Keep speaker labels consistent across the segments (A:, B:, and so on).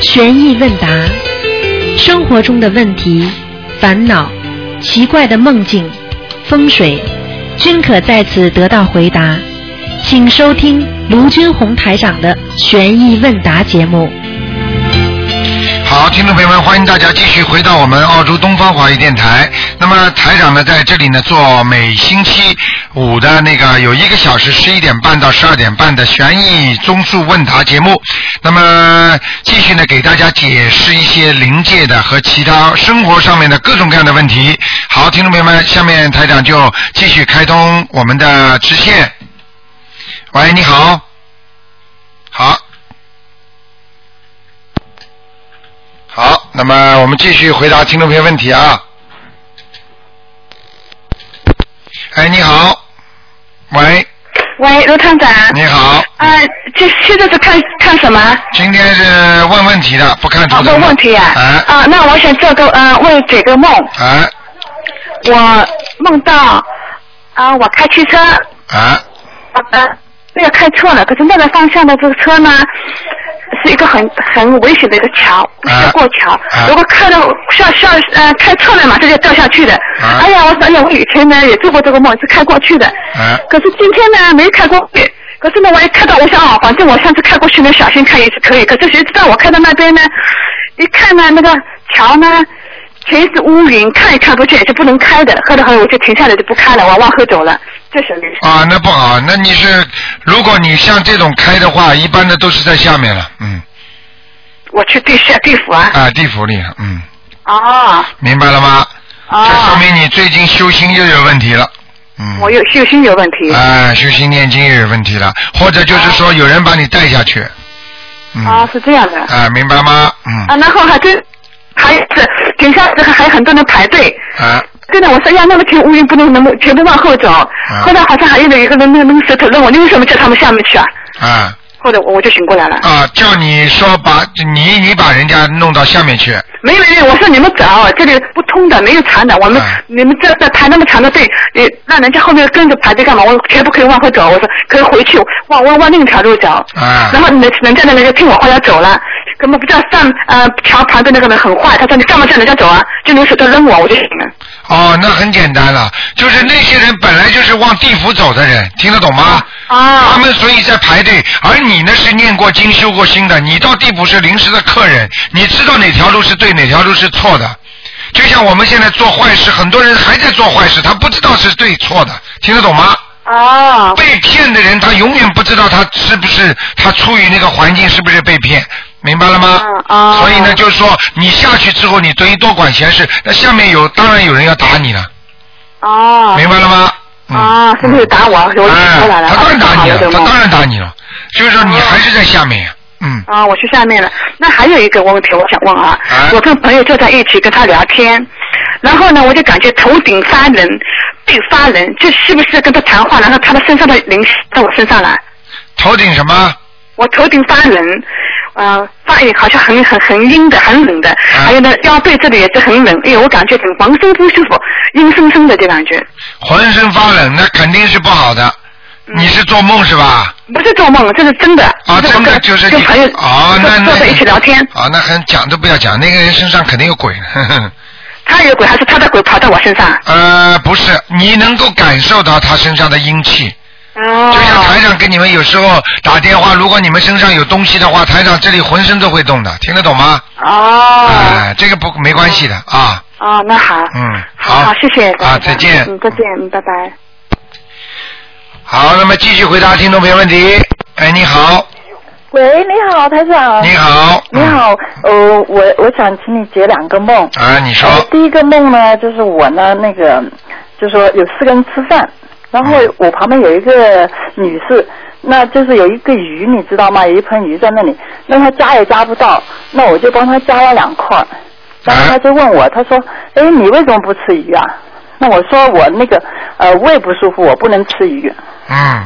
A: 悬疑问答，生活中的问题、烦恼、奇怪的梦境、风水，均可在此得到回答。请收听卢军红台长的悬疑问答节目。
B: 好，听众朋友们，欢迎大家继续回到我们澳洲东方华语电台。那么台长呢，在这里呢做每星期五的那个有一个小时十一点半到十二点半的悬疑综述问答节目。那么继续呢，给大家解释一些灵界的和其他生活上面的各种各样的问题。好，听众朋友们，下面台长就继续开通我们的直线。喂，你好。好。好，那么我们继续回答听众朋友问题啊。哎，你好，喂，
C: 喂，卢探长。
B: 你好，
C: 啊，这现在是看看什么？
B: 今天是问问题的，不看
C: 啊，
B: 图的。
C: 问问题啊。
B: 哎
C: 啊，那我想做个呃，问几个梦。
B: 哎
C: 我梦到啊，我开汽车，
B: 哎
C: 呃，那个开错了，可是那个方向的这个车呢，是一个很很危险的一个桥，不需要过桥。
B: 啊
C: 如果开了下下呃开错了，马上就掉下去的。
B: 啊
C: 哎呀，我想想，我以前呢也做过这个梦，是开过去的。
B: 哎
C: 可是今天呢没开过去，可是呢我一看到我想哦，反正我上次开过去呢小心开也是可以，可是谁知道我开到那边呢，一看呢那个桥呢。全是乌云，看也看不见，也是不能开的。喝了喝，我就停下来就不开了，我忘喝走了。这是没事。
B: 啊，那不好，那你是如果你像这种开的话，一般的都是在下面了，嗯，
C: 我去地下地府啊。
B: 啊，地府里了，嗯，
C: 哦
B: 明白了吗？这说
C: 哦，
B: 明你最近修心又有问题了，嗯。
C: 我有修心有问题。
B: 哎，修心念经又有问题了，或者就是说有人把你带下去，嗯，
C: 啊，是这样的。
B: 哎，明白吗？嗯，
C: 啊，然后还真还有是停下来还有很多人排队。
B: 哎，
C: 真的，我说呀，那个全乌云不能能不全部往后走。后来好像还有一个人那个那个舌头扔我，你为什么叫他们下面去啊？
B: 哎，
C: 后来我我就醒过来了。
B: 啊，叫你说把你你把人家弄到下面去，
C: 没有没有，我说你们走，啊这里不通的，没有长的，我们、
B: 哎
C: 你们这这排那么长的队，你让人家后面跟着排队干嘛？我全部可以往后走，我说可以回去，往往往另一条路走。
B: 啊
C: 然后人人家的人就听我话要走了，根本不知道上呃桥旁边那个人很坏，他说你干嘛叫人家走啊？就用手都扔我，我就醒了。
B: 哦，那很简单了，就是那些人本来就是往地府走的人，听得懂吗？
C: 啊
B: 他们所以在排队，而你呢是念过经、修过心的，你到地府是临时的客人，你知道哪条路是对，哪条路是错的。就像我们现在做坏事，很多人还在做坏事，他不知道是对错的，听得懂吗？
C: 啊
B: 被骗的人，他永远不知道他是不是他处于那个环境是不是被骗，明白了吗？
C: 嗯哦
B: 所以呢，就是说你下去之后，你等于多管闲事，那下面有当然有人要打你了，
C: 啊
B: 明白了吗？嗯、
C: 啊！是不是打我？我就醒过来
B: 哎，
C: 了。
B: 他当然打你了，他当
C: 然。
B: 然打你了，就是说
C: 哦
B: 你还是在下面呀，嗯，
C: 啊，我去下面了。那还有一个问题，我想问啊，
B: 哎
C: 我跟朋友坐在一起跟他聊天，然后呢，我就感觉头顶发冷，背发冷，这是不是跟他谈话，然后他的身上的灵性到我身上来？
B: 头顶什么？
C: 我头顶发冷，呃，发也好像很很很阴的，很冷的，
B: 啊
C: 还有呢，腰背这里也是很冷，哎呦，我感觉很浑身不舒服，阴森森的就感觉。
B: 浑身发冷，那肯定是不好的。
C: 嗯
B: 你是做梦是吧？
C: 不是做梦，这是真的。
B: 啊，
C: 是我
B: 真的
C: 跟
B: 就是
C: 跟
B: 你
C: 朋友
B: 哦，那那
C: 坐在一起聊天，
B: 啊，那很讲都不要讲，那个人身上肯定有鬼。呵呵
C: 他有鬼还是他的鬼跑到我身上？
B: 呃，不是，你能够感受到他身上的阴气，
C: 哦
B: 就像台长跟你们有时候打电话，如果你们身上有东西的话，台长这里浑身都会动的，听得懂吗？
C: 哦
B: 哎、这个不没关系的啊。
C: 哦，那好，
B: 嗯，
C: 好，
B: 好，
C: 谢谢，
B: 啊，再见。
C: 嗯，再见，嗯拜拜。
B: 好，那么继续回答听众朋友问题。哎，你好，
D: 喂，你好，台长。
B: 你好，
D: 你好，呃，我我想请你解两个梦。
B: 嗯，啊，你说，
D: 呃第一个梦呢，就是我呢那个，就说有四个人吃饭，然后
B: 嗯
D: 我旁边有一个女士，那就是有一个鱼，你知道吗？有一盆鱼在那里，那她夹也夹不到，那我就帮她夹了两块儿，然后她就问
B: 啊
D: 我，她说，哎，你为什么不吃鱼啊？那我说我那个呃胃不舒服，我不能吃鱼。
B: 嗯，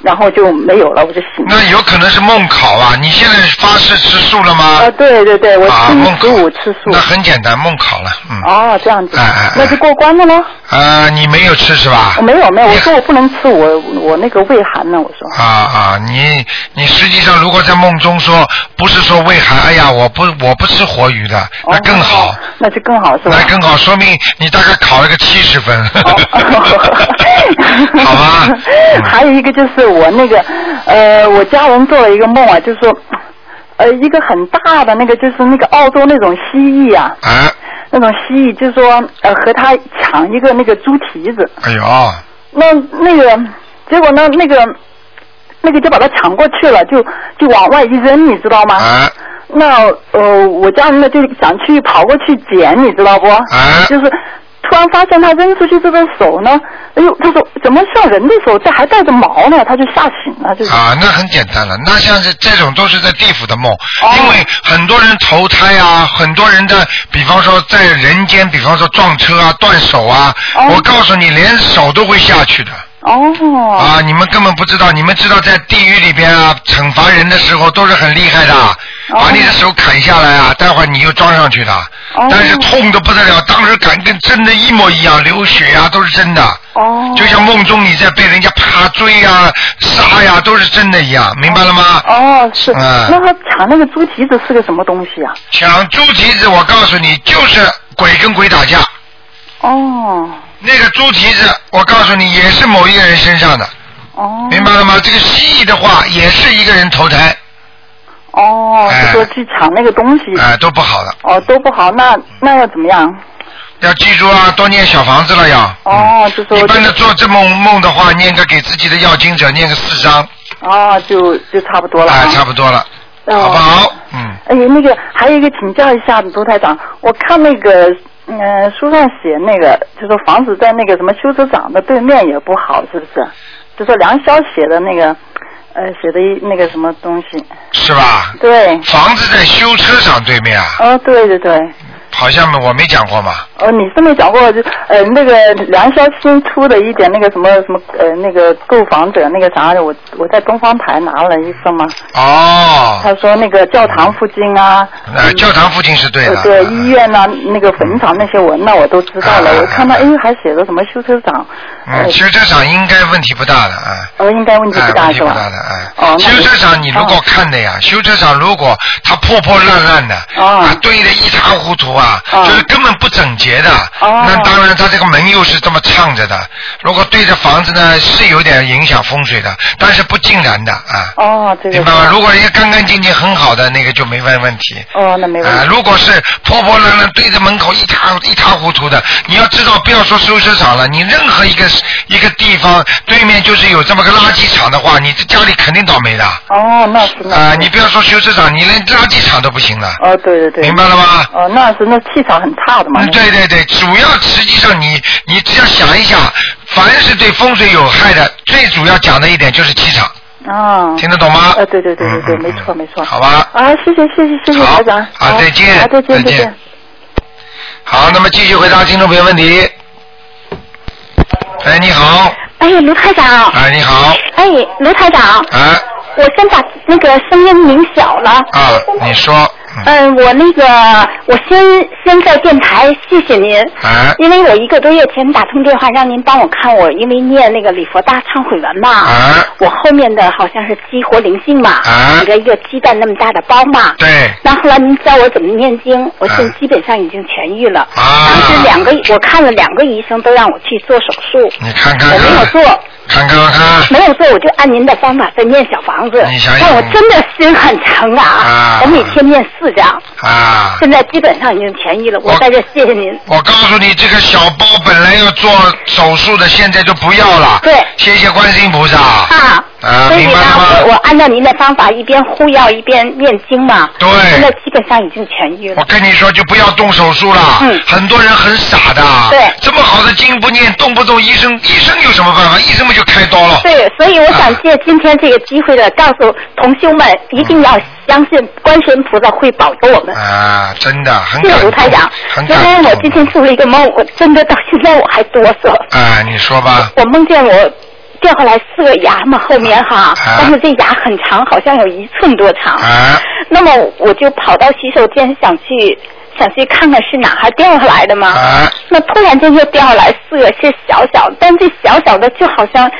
D: 然后就没有了，我就醒了。
B: 那有可能是梦考啊！你现在发誓吃素了吗？
D: 啊，对对对，我
B: 啊，
D: 初一
B: 梦考
D: 十五吃素
B: 那。很简单，梦考了，嗯。
D: 哦，这样子
B: 哎哎哎，
D: 那就过关了喽。
B: 啊，你没有吃是吧？
D: 我没有没有，我
B: 你
D: 说我不能吃，我我那个胃寒呢，我说。
B: 啊啊，你你实际上如果在梦中说，不是说胃寒，哎呀，我不我不吃活鱼的，那更好，
D: 哦，那就更好是吧
B: 那？更好，说明你大概考了个七十分，
D: 哦
B: 好吧？嗯
D: 还有一个就是我那个，呃，我家人做了一个梦啊，就是说，呃，一个很大的那个，就是那个澳洲那种蜥蜴啊，
B: 啊，
D: 那种蜥蜴，就是说，呃，和它抢一个那个猪蹄子，
B: 哎呦，
D: 那那个结果呢，那个那个就把它抢过去了，就就往外一扔，你知道吗？
B: 啊
D: 那呃，我家人呢就想去跑过去捡，你知道不？
B: 啊
D: 就是突然发现他扔出去这个手呢，哎呦，他说怎么像人的手，这还带着毛呢？他就吓醒了，就是。
B: 啊，那很简单了。那像是这种都是在地府的梦，
D: 哦
B: 因为很多人投胎啊，很多人的，比方说在人间，比方说撞车啊、断手啊，
D: 哦
B: 我告诉你，连手都会下去的。
D: 哦。
B: 啊，你们根本不知道，你们知道在地狱里边啊，惩罚人的时候都是很厉害的，
D: 哦
B: 把你的手砍下来啊，待会儿你又装上去的，
D: 哦
B: 但是痛的不得了，当时感跟真的一模一样，流血啊都是真的，
D: 哦。
B: 就像梦中你在被人家爬追啊、杀呀、都是真的一样，明白了吗？
D: 哦，是。
B: 嗯
D: 那他抢那个猪蹄子是个什么东西啊？
B: 抢猪蹄子，我告诉你，就是鬼跟鬼打架，
D: 哦。
B: 那个猪蹄子，我告诉你，也是某一个人身上的，
D: 哦。
B: 明白了吗？这个蜥蜴的话，也是一个人投胎，
D: 哦，
B: 哎
D: 就说去抢那个东西。
B: 啊、都不好的。
D: 哦，都不好，那那要怎么样？
B: 要记住啊，多念小房子了要。嗯
D: 哦，就说
B: 一般的做这梦梦的话，念个给自己的要经者念个四张，
D: 哦，就就差不多了。
B: 啊，差不多了，
D: 哦
B: 好不好？嗯，
D: 哎，那个还有一个请教一下卢台长，我看那个嗯、呃书上写那个，就说房子在那个什么修车厂的对面也不好，是不是？就说梁霄写的那个呃写的一那个什么东西，
B: 是吧？
D: 对，
B: 房子在修车厂对面啊，
D: 哦，对对对，
B: 好像我没讲过嘛。
D: 哦，你这么讲过，就呃那个梁霄新出的一点那个什么什么呃那个购房者那个啥的，我我在东方台拿了一份嘛，
B: 哦，
D: 他说那个教堂附近啊，
B: 那哎啊嗯教堂附近是对
D: 呃，
B: 的。
D: 对医院呐、那个坟场那些文呐、我都知道了。
B: 啊啊啊
D: 我看到，哎，还写着什么修车长，呃
B: 嗯，修车厂应该问题不大的啊。
D: 呃，应该问题
B: 哎，
D: 不大、
B: 问题
D: 是
B: 不
D: 吧？
B: 大的，哎。
D: 哦，那哦
B: 修车厂你如果看的呀，修车厂如果它破破烂烂的，
D: 哦
B: 啊堆得一塌糊涂啊，
D: 哦
B: 就是根本不整洁的，
D: 哦
B: 那当然它这个门又是这么唱着的，如果对着房子呢是有点影响风水的，但是不尽然的啊。
D: 哦，这个
B: 明白吗？如果人家干干净净很好的那个就没问问题。
D: 哦，那没问
B: 啊，
D: 题。
B: 如果是破破烂烂堆着门口一塌一塌糊涂的，你要知道，不要说修车厂了，你任何一个一个地方对面就是有这么个垃圾场的话，你这家里肯定倒霉的。啊、
D: 哦，那是那是。
B: 你不要说修车厂，你连垃圾场都不行了，
D: 哦，对对对。
B: 明白了吗？
D: 哦，那是那气场很差的嘛。
B: 嗯，对对对，主要实际上你你只要想一想，凡是对风水有害的，最主要讲的一点就是气场，
D: 啊。
B: 听得懂吗？
D: 呃，对对对对对，
B: 嗯
D: 没错没错。
B: 好吧。
D: 啊，谢谢谢谢谢谢
B: 好
D: 台长。
B: 好再见
D: 好，再见
B: 再见
D: 再见。
B: 好，那么继续回答听众朋友问题。哎，你好，
E: 哎，卢台长，
B: 哎，你好，
E: 哎，卢台长，
B: 哎，
E: 我先把那个声音拧小了。
B: 啊，你说，嗯，
E: 嗯，我那个，我先先在电台谢谢您，
B: 哎，
E: 因为我一个多月前打通电话让您帮我看我，因为念那个礼佛大忏悔文嘛，
B: 哎，
E: 我后面的好像是激活灵性嘛，
B: 啊
E: 一个一个鸡蛋那么大的包嘛。
B: 对，
E: 那后来您教我怎么念经，我现
B: 啊
E: 在基本上已经痊愈了。
B: 啊
E: 当时两个我看了两个医生都让我去做手术，
B: 你看看
E: 我没有
B: 看，
E: 做。
B: 看看看，
E: 没有做，我就按您的方法在念小房子。
B: 你想想
E: 但我真的心很诚啊！
B: 哎啊
E: 我每天念四张，
B: 啊，
E: 现在基本上已经痊愈了。
B: 我
E: 我在这谢谢您。
B: 我告诉你，这个小包本来要做手术的，现在就不要了，
E: 对
B: 谢谢观世音菩萨，
E: 啊，
B: 啊
E: 所以
B: 明
E: 呢
B: 白了吗，
E: 我我按照您的方法，一边护药一边念经嘛。
B: 对
E: 现在基本上已经痊愈
B: 我
E: 了。
B: 跟你说，就不要动手术了。
E: 嗯
B: 很多人很傻的。
E: 对
B: 这么好的经不念，动不动医生，医生有什么办法？医生不就开刀了？
E: 对，所以我想借今天这个机会的，告诉同修们，一定要相信观世音菩萨会保佑我们。
B: 啊，真的很
E: 谢
B: 感
E: 谢
B: 动
E: 卢台长，
B: 很
E: 昨
B: 感动。
E: 天我今天做了一个梦，我真的到现在我还哆嗦。
B: 啊，你说吧。
E: 我梦见我掉下来四个牙嘛，后面哈，
B: 啊
E: 但是这牙很长，好像有一寸多长。
B: 啊
E: 那么我就跑到洗手间想去想去看看是哪儿掉下来的嘛。
B: 啊
E: 那突然间就掉下来四个，是小小，但这小小的就好像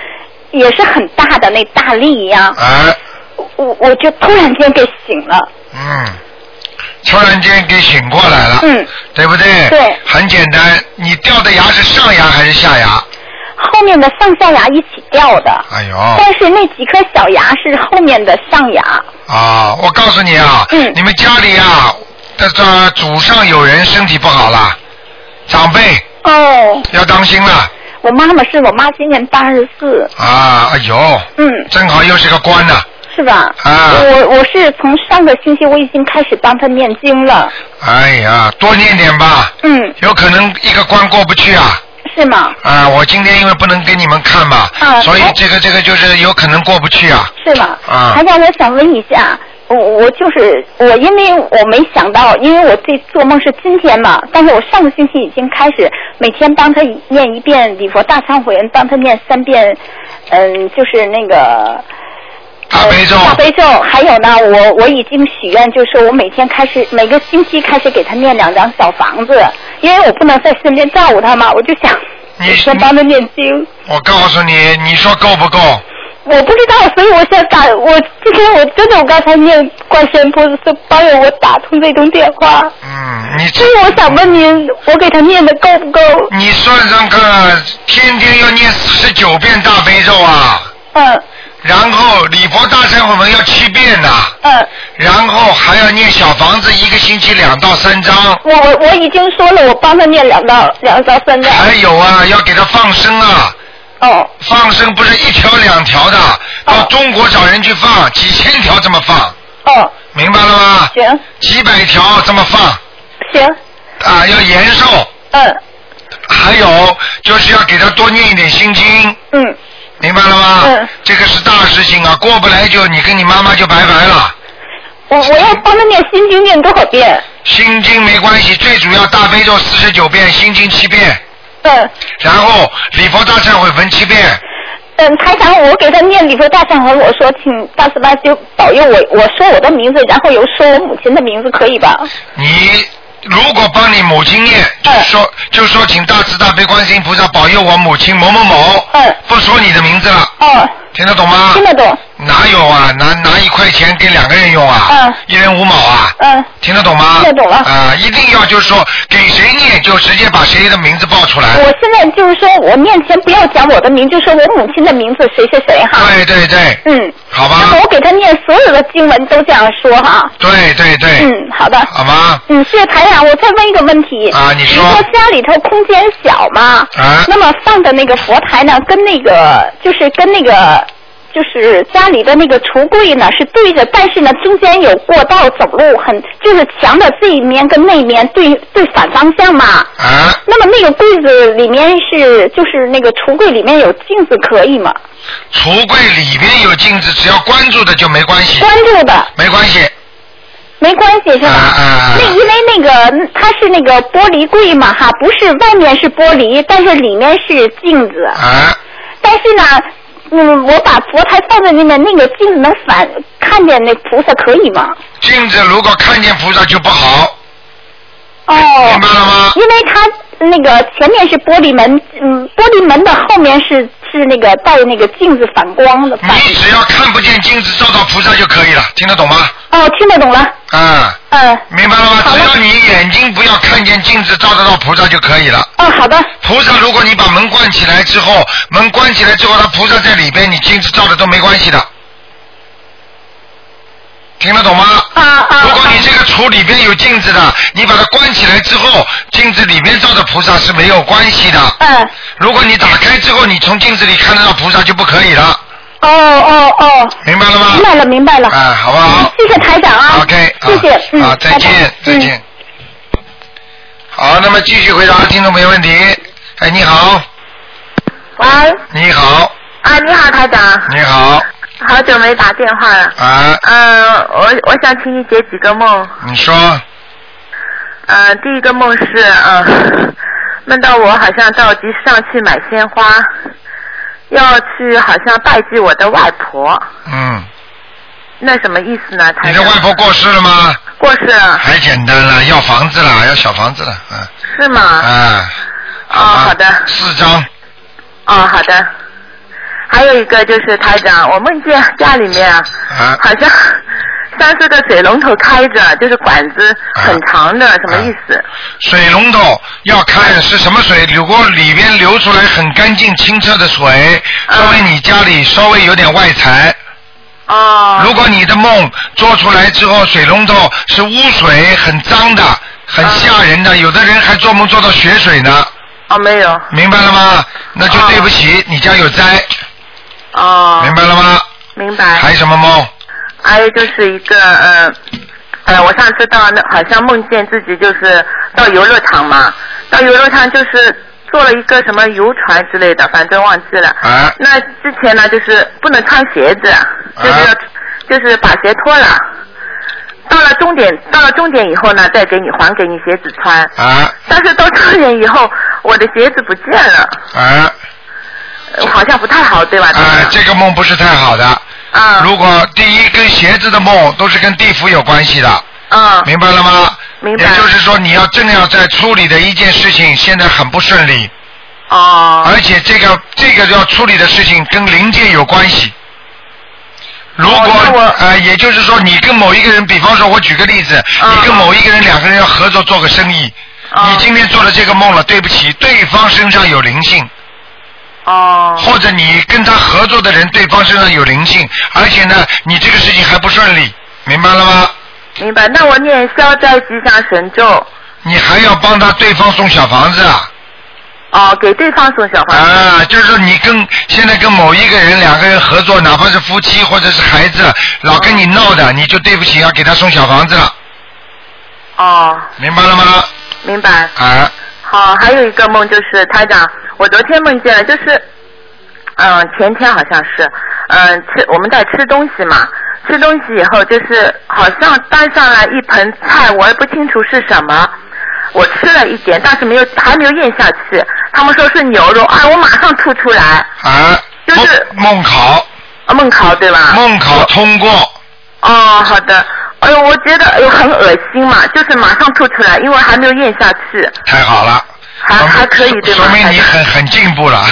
E: 也是很大的那大力一样。
B: 啊，
E: 我我就突然间给醒了，
B: 嗯，突然间给醒过来了，
E: 嗯，
B: 对不对？
E: 对
B: 很简单，你掉的牙是上牙还是下牙？
E: 后面的上下牙一起掉的。
B: 哎呦，
E: 但是那几颗小牙是后面的上牙，
B: 啊，我告诉你啊，
E: 嗯
B: 你们家里啊，这这祖上有人身体不好了，长辈
E: 哦，
B: 要当心了
E: 我妈妈是我妈今年八十四，
B: 啊！哎呦，
E: 嗯，
B: 正好又是个官呢
E: 是吧？
B: 啊！
E: 我我是从上个星期我已经开始帮她念经了，
B: 哎呀，多念点吧，
E: 嗯，
B: 有可能一个关过不去啊。
E: 是吗？
B: 啊，我今天因为不能给你们看嘛，
E: 啊
B: 所以
E: 哎
B: 这个这个就是有可能过不去啊。
E: 是吗？
B: 啊
E: 台长，我想问一下，我我就是我，因为我没想到，因为我这做梦是今天嘛，但是我上个星期已经开始每天帮他念一遍礼佛大忏悔文，帮他念三遍，嗯，就是那个。
B: 大悲咒
E: 呃大悲咒，还有呢，我我已经许愿，就是我每天开始，每个星期开始给他念两张小房子，因为我不能在身边照顾他嘛，我就想
B: 你
E: 每天帮他念经。
B: 我告诉你，你说够不够？
E: 我不知道，所以我想打我今天我真的我刚才念观世音菩萨帮着我打通这通电话，
B: 嗯，你
E: 所以我想问您，我给他念的够不够？
B: 你算算看，天天要念四十九遍大悲咒啊，
E: 嗯
B: 然后礼佛大忏悔文要七遍呐、
E: 嗯，
B: 然后还要念小房子一个星期两到三章，
E: 我我我已经说了，我帮他念两到两到三张。
B: 还有啊，要给他放生啊，
E: 哦
B: 放生不是一条两条的，到中国找人去放，几千条这么放，
E: 哦，
B: 明白了吗？
E: 行
B: 几百条这么放
E: 行，
B: 啊，要延寿，
E: 嗯
B: 还有就是要给他多念一点心经，
E: 嗯，
B: 明白了吗？
E: 嗯
B: 这个是大事情啊，过不来就你跟你妈妈就拜拜了。
E: 我我要帮他念心经念多少遍？
B: 心经没关系，最主要大悲咒四十九遍，心经七遍，
E: 嗯
B: 然后礼佛大忏悔文七遍。
E: 嗯，台长，我给他念礼佛大忏悔，我说请大慈大悲保佑我，我说我的名字，然后又说我母亲的名字，可以吧？
B: 你如果帮你母亲念，就
E: 嗯
B: 说就说请大慈大悲观世音菩萨保佑我母亲某某某，
E: 嗯
B: 不说你的名字了，
E: 哦，
B: 听得懂吗
E: 听？得懂。
B: 哪有啊？拿拿一块钱给两个人用啊？
E: 嗯
B: 一人五毛啊？
E: 嗯，
B: 听得懂吗？
E: 听得懂了
B: 啊、一定要就是说给谁念就直接把谁的名字报出来。
E: 我现在就是说我面前不要讲我的名，就说我母亲的名字谁谁谁哈。
B: 对对对，啊
E: 嗯，
B: 好
E: 然后
B: 吧
E: 我，给他念所有的经文都这样说哈。
B: 对对对，
E: 嗯，好的。
B: 好吗？
E: 嗯，谢谢台长，我再问一个问题。
B: 啊你说
E: 说家里头空间小嘛？
B: 啊
E: 那么放的那个佛台呢，跟那个就是跟那个就是家里的那个橱柜呢是对着，但是呢中间有过道走路，很就是墙的这一面跟那面对对反方向嘛。
B: 啊，
E: 那么那个柜子里面是就是那个橱柜里面有镜子可以吗？
B: 橱柜里面有镜子，只要关住的就没关系
E: 关，住的
B: 没关系。
E: 没关系是吧？
B: 啊啊啊
E: 那因为那个它是那个玻璃柜嘛哈，不是外面是玻璃，但是里面是镜子。
B: 啊，
E: 但是呢，嗯，我把佛台放在那边，那个镜子能反看见那菩萨可以吗？
B: 镜子如果看见菩萨就不好，
E: 哦，
B: 明白了吗？
E: 因为它那个前面是玻璃门，嗯，玻璃门的后面是是那个带那个镜子反光的反。
B: 你只要看不见镜子，照到菩萨就可以了，听得懂吗？
E: 哦，听得懂了，
B: 啊，
E: 嗯，
B: 明白了吗？
E: 好
B: 只
E: 了
B: 要你眼睛不要看见镜子，照得到菩萨就可以了。
E: 哦，好的，
B: 菩萨，如果你把门关起来之后，门关起来之后，他菩萨在里边，你镜子照的都没关系的，听得懂吗？
E: 啊啊。
B: 如果
E: 啊
B: 你这个橱里边有镜子的，你把它关起来之后，镜子里面照的菩萨是没有关系的。
E: 嗯，
B: 如果你打开之后，你从镜子里看得到菩萨就不可以了，
E: 哦哦哦，
B: 明白了吗
E: 明？白了明白了。
B: 啊，好不好
E: 谢谢台长啊。
B: ？OK，啊
E: 谢谢，嗯，
B: 好，再
E: 拜嗯
B: 见
E: 拜，
B: 再见。好，那么继续回答听众朋友问题。哎，你好，
F: 喂，
B: 你好，
F: 啊，你好，台长，
B: 你好，
F: 好久没打电话了。
B: 啊，
F: 嗯、
C: 呃
F: 我我想请你解几个梦。
B: 你说，
F: 呃，第一个梦是，呃，梦到我好像到集市上去买鲜花，
C: 要去好像拜祭我的外婆，
B: 嗯，
C: 那什么意思呢？台
B: 你的
C: 长
B: 外婆过哎世了吗？
C: 过世了
B: 还简单了，要房子了，要小房子了，嗯，
C: 是吗？
B: 啊，
C: 哦
B: 吧
C: 好的
B: 四张，
C: 哦，好的。还有一个就是台长，我梦见家里面啊
B: 啊，
C: 好像三四个水龙头开着，就是管子很
B: 啊
C: 长的，什么意思？
B: 水龙头要看是什么水，如果里边流出来很干净清澈的水，
C: 嗯
B: 说明你家里稍微有点外财。
C: 哦，
B: 啊如果你的梦做出来之后，水龙头是污水，很脏的，很吓人的，有的人还做梦做到血水呢，
C: 嗯哦没有，
B: 明白了吗？那就
C: 哦
B: 对不起，你家有灾，
D: 啊
C: 哦，
B: 明白了吗？
C: 明白。
B: 还有什么梦？
C: 还有就是一个呃，呃，我上次到那好像梦见自己就是到游乐场嘛，到游乐场就是坐了一个什么游船之类的，反正忘记了。
B: 啊
C: 那之前呢，就是不能穿鞋子，就是要、
B: 啊
C: 就是把鞋脱了。到了终点，到了终点以后呢，再给你还给你鞋子穿。
B: 啊
C: 但是到终点以后，我的鞋子不见了，
B: 啊
C: 呃好像不太好，对吧？
B: 啊！这个梦不是太好的。
C: 啊，
B: 如果第一跟鞋子的梦都是跟地府有关系的，
C: 啊，
B: 明白了吗？
C: 明白
B: 也就是说，你要正要在处理的一件事情，现在很不顺利，
C: 哦，
B: 而且这个这个要处理的事情跟灵界有关系。如果、
C: 哦那我
B: 呃，也就是说，你跟某一个人，比方说，我举个例子，
C: 嗯
B: 你跟某一个人，两个人要合作做个生意，
C: 嗯
B: 你今天做了这个梦了，对不起，对方身上有灵性，
C: 哦，
B: 或者你跟他合作的人，对方身上有灵性，而且呢，你这个事情还不顺利，明白了吗？
C: 明白，那我念消灾吉祥神咒，
B: 你还要帮他对方送小房子啊？
C: 哦，给对方送小花。
B: 啊，就是说你跟现在跟某一个人两个人合作，哪怕是夫妻或者是孩子，老跟你闹的，你就对不起，要给他送小房子了，
C: 哦，
B: 明白了吗？
C: 明白。
B: 啊，
C: 好，还有一个梦就是台长，我昨天梦见了，就是，嗯、前天好像是，嗯、吃我们在吃东西嘛，吃东西以后就是好像端上来一盆菜，我也不清楚是什么。我吃了一点，但是没有还没有咽下去。他们说是牛肉，哎，我马上吐出来。
B: 啊，
C: 就
B: 梦
C: 是
B: 梦考，
C: 啊梦考对吧？
B: 梦考通过，
C: 哦，好的。哎呦，我觉得哎呦很恶心嘛，就是马上吐出来，因为还没有咽下去，
B: 太好了，
C: 还
B: 说明
C: 还可以对吧？
B: 说明你
C: 还
B: 很很进步 了。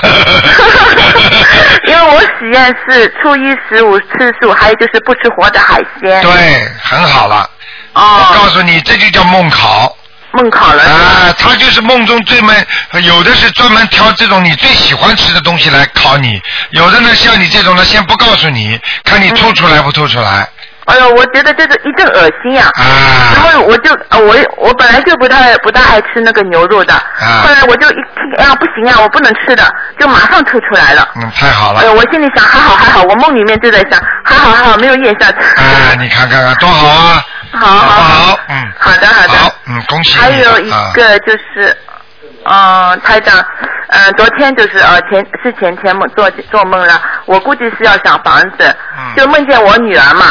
C: 因为我许愿是初一十五吃素，还有就是不吃活的海鲜。
B: 对，很好了。我告
C: 哦，
B: 诉你，这就叫梦考。
C: 梦考了。
B: 啊，他就是梦中最门，有的是专门挑这种你最喜欢吃的东西来考你，有的呢像你这种呢，先不告诉你，看你吐出来不吐出来。
C: 哎呦，我觉得这是一阵恶心呀、然
B: 啊，
C: 后我就呃我我本来就不太不大爱吃那个牛肉的，
B: 啊
C: 后来我就一听哎呀不行呀、我不能吃的，就马上吐出来了。
B: 嗯，太好
C: 哎呦，
B: 了。
C: 我心里想还好还好，我梦里面就在想还好还好没有咽下去。
B: 啊，你看看看，多好啊！
C: 好
B: 好不
C: 好
B: 好嗯
C: 好的好的，
B: 好，嗯，恭喜你。
C: 还有一
B: 啊
C: 个就是，嗯、台长，嗯、昨天就是呃前是前天梦做做梦了，我估计是要想房子，
B: 嗯
C: 就梦见我女儿嘛，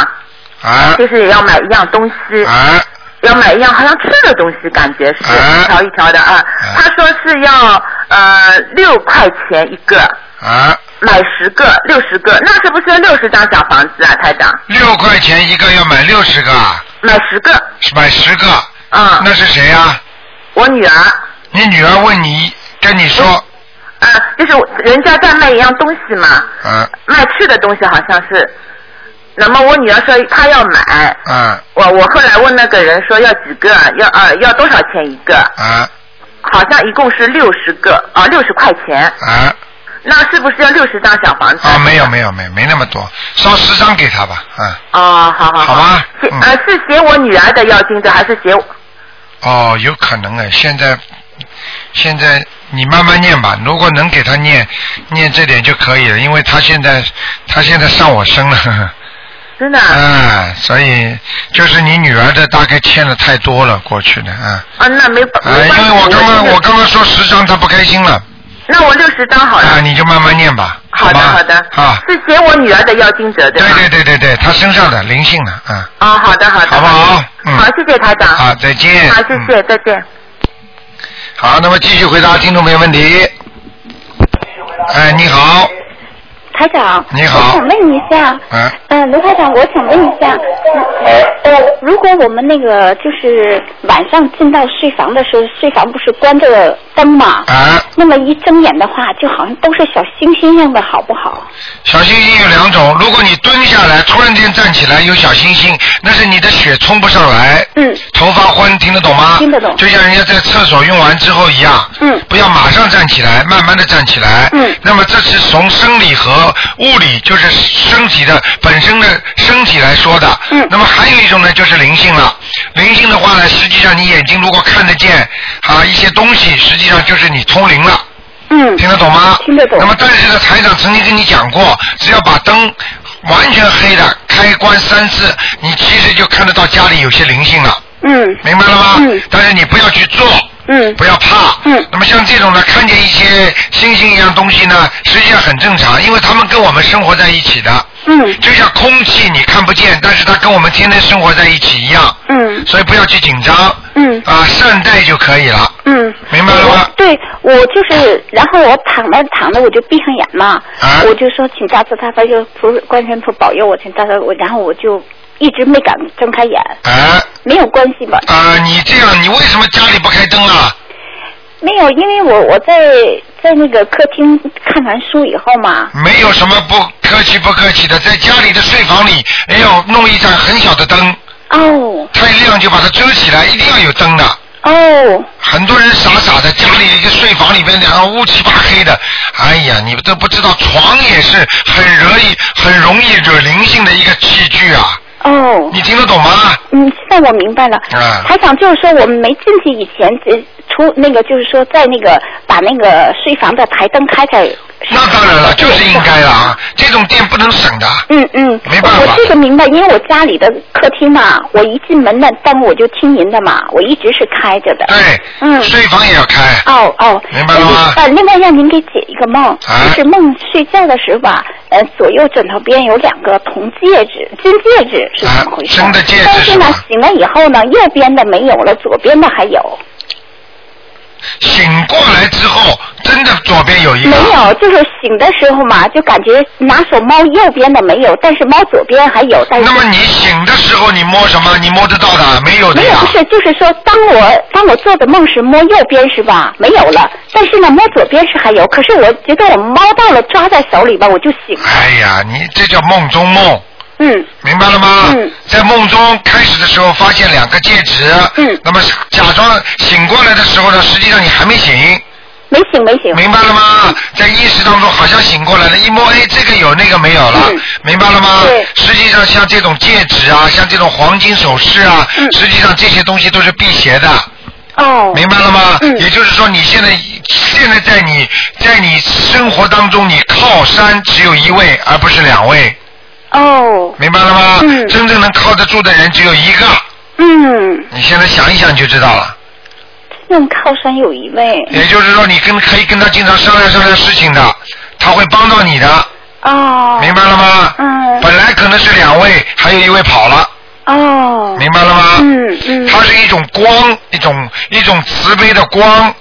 B: 啊
C: 就是也要买一样东西，
B: 啊
C: 要买一样好像吃的东西，感觉是、
B: 啊
C: 一条一条的啊，
B: 啊
C: 她说是要呃六块钱一个。
B: 啊！
C: 买十个，六十个，那是不是六十张小房子啊，台长？
B: 六块钱一个要买六十个，啊，
C: 买十个，
B: 是买十个，
C: 嗯，
B: 那是谁呀、
C: 我女儿，
B: 你女儿问你，跟你说，
C: 啊，就是人家在卖一样东西嘛，
B: 嗯、
C: 卖吃的东西好像是。那么我女儿说她要买，
B: 嗯
C: 我我后来问那个人说要几个，要呃要多少钱一个？
B: 啊
C: 好像一共是六十个啊，六、0十块钱。
B: 啊
C: 那是不是要六十张小房子？
B: 啊！没有没有没有没那么多，烧十张给他吧，嗯。
C: 哦，好好
B: 好吧
C: 是
B: 嗯
C: 呃，是写我女儿的要经者，还是写我？
B: 哦，有可能哎，现在现在你慢慢念吧，如果能给他念念这点就可以了，因为他现在他现在上我身了， 呵呵
C: 真的啊？
B: 哎，所以就是你女儿的大概欠了太多了，过去的啊，
C: 啊，那没没
B: 哎，
C: 关系。
B: 因为我刚刚
C: 就是
B: 我刚刚说十张，他不开心了，
C: 那我六十张好了。
B: 啊，你就慢慢念吧，
C: 好的
B: 吧
C: 好的。
B: 啊，
C: 是写我女儿的要经者
B: 对
C: 吧？
B: 对对对对，他身上的灵性的啊，
C: 哦，好的好的。
B: 好不好嗯
C: 好，谢谢台长。
B: 好，再见，
C: 啊好，谢
B: 嗯
C: 谢，再见。
B: 好，那么继续回答听众朋友问题。哎，你好，
E: 台长，
B: 你好
E: 我想问一下，
B: 嗯，
E: 呃，卢台长，我想问一下，呃，如果我们那个就是晚上进到睡房的时候，睡房不是关着灯嘛？
B: 啊，
E: 那么一睁眼的话，就好像都是小星星样的，好不好？
B: 小星星有两种，如果你蹲下来，突然间站起来有小星星，那是你的血冲不上来，
E: 嗯
B: 头发昏，听得懂吗？
E: 听得懂
B: 就像人家在厕所用完之后一样，
E: 嗯
B: 不要马上站起来，慢慢的站起来。
E: 嗯
B: 那么这是从生理和物理，就是身体的本身的身体来说的。
E: 嗯
B: 那么还有一种呢，就是灵性了。灵性的话呢，实际上你眼睛如果看得见啊一些东西，实际上就是你通灵了。
E: 嗯
B: 听得懂吗？
E: 听得懂
B: 那么，但是呢，台长曾经跟你讲过，只要把灯完全黑的开关三次，你其实就看得到家里有些灵性了，
E: 嗯
B: 明白了吗？
E: 嗯
B: 但是你不要去做。
E: 嗯
B: 不要怕。
E: 嗯
B: 那么像这种呢，看见一些星星一样东西呢，实际上很正常，因为他们跟我们生活在一起的。
E: 嗯
B: 就像空气你看不见，但是它跟我们天天生活在一起一样，
E: 嗯
B: 所以不要去紧张。
E: 嗯
B: 啊，善待就可以了。
E: 嗯，
B: 明白了吗
E: 我对，我就是，然后我躺着躺着我就闭上眼嘛，
B: 啊
E: 我就说请大慈大悲就菩观世音菩保佑我，请大慈我，然后我就一直没敢睁开眼，
B: 哎。
E: 没有关系吧？
B: 啊，你这样，你为什么家里不开灯啊？
E: 没有，因为我我在在那个客厅看完书以后嘛，
B: 没有什么不客气不客气的，在家里的睡房里也有弄一盏很小的灯，
E: 哦
B: 太亮就把它遮起来，一定要有灯的。
E: 哦，
B: 很多人傻傻的，家里一个睡房里边两个乌漆八黑的，哎呀，你们都不知道，床也是很惹意、很容易惹灵性的一个器具啊，
E: 哦，
B: 你听得懂吗？
E: 嗯，现在我明白了。
B: 啊
E: 台长就是说，我们没进去以前，呃出那个就是说，在那个把那个睡房的台灯开开。
B: 那当然了，就是应该了啊，这种店不能省的。
E: 嗯嗯，
B: 没办法
E: 我这个明白，因为我家里的客厅嘛，我一进门那灯我就听您的嘛，我一直是开着的。
B: 对，
E: 嗯
B: 哎睡房也要开。
E: 哦哦，
B: 明白了吗
E: 呃另外让您给解一个梦，
B: 啊
E: 就是梦睡觉的时候吧，呃，左右枕头边有两个铜戒指，金戒指是怎么回事？
B: 啊真的戒指
E: 但
B: 是
E: 是
B: 吗
E: 呢，醒了以后呢，右边的没有了，左边的还有，
B: 醒过来之后，真的左边有一个。
E: 没有，就是醒的时候嘛，就感觉拿手猫右边的没有，但是猫左边还有，但是
B: 那么你醒的时候你摸什么？你摸得到的没有的
E: 没有，
B: 呀
E: 不？是，就是说，当我当我做的梦是摸右边是吧？没有了，但是呢，摸左边是还有。可是我觉得我猫到了，抓在手里吧，我就醒了。
B: 哎呀，你这叫梦中梦，
E: 嗯
B: 明白了吗？
E: 嗯
B: 在梦中开始的时候发现两个戒指，
E: 嗯
B: 那么假装醒过来的时候呢，实际上你还没醒，
E: 没嗯醒没醒。
B: 明白了吗？在意识当中好像醒过来了，一摸哎，这个有那个没有了，
E: 嗯
B: 明白了吗
E: 对？
B: 实际上像这种戒指啊，像这种黄金首饰啊，
E: 嗯
B: 实际上这些东西都是辟邪的。
E: 哦。
B: 明白了吗？
E: 嗯
B: 也就是说，你现在现在在你在你生活当中，你靠山只有一位，而不是两位，
E: 哦，
B: 明白了吗？
E: 嗯
B: 真正能靠得住的人只有一个，
E: 嗯，
B: 你现在想一想就知道了。
E: 用靠山有一位。
B: 也就是说，你跟可以跟他经常商量商量事情的，他会帮到你的，
E: 哦。
B: 明白了吗？
E: 嗯
B: 本来可能是两位，还有一位跑了，
E: 哦。
B: 明白了吗？
E: 嗯嗯
B: 它是一种光，一种一种慈悲的光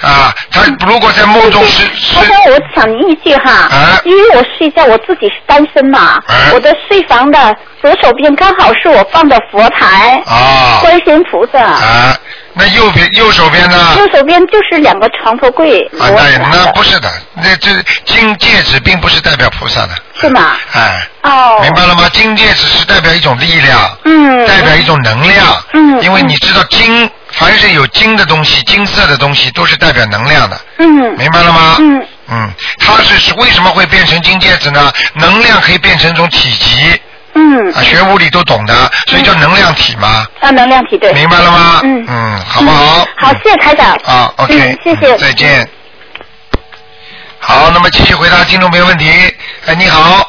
B: 啊。它如果在梦中是是
E: 我。嗯说我抢您一句哈，
B: 啊
E: 因为我睡觉我自己是单身嘛，
B: 啊
E: 我的睡房的左手边刚好是我放的佛台，
B: 啊
E: 观世音菩萨，
B: 啊，那右边右手边呢？
E: 右手边就是两个床头柜摞
B: 啊，
E: 起
B: 那
E: 来
B: 那
E: 的，
B: 不是的，那这金戒指并不是代表菩萨的。
E: 是吗？
B: 哎，
E: 哦，
B: 明白了吗？金戒指是代表一种力量，
E: 嗯，
B: 代表一种能量。
E: 嗯
B: 因为你知道金，凡是有金的东西、金色的东西，都是代表能量的，
E: 嗯
B: 明白了吗？
E: 嗯
B: 嗯，它是是为什么会变成金戒指呢？能量可以变成一种体积
E: 嗯
B: 啊，，学物理都懂的，所以叫能量体嘛，
E: 啊，能量体对，
B: 明白了吗？
E: 嗯
B: 嗯，好不好
E: 嗯？好，谢谢台长。
B: 啊，OK，
E: 嗯谢谢，
B: 再见。好，那么继续回答听众朋友问题。哎，你好，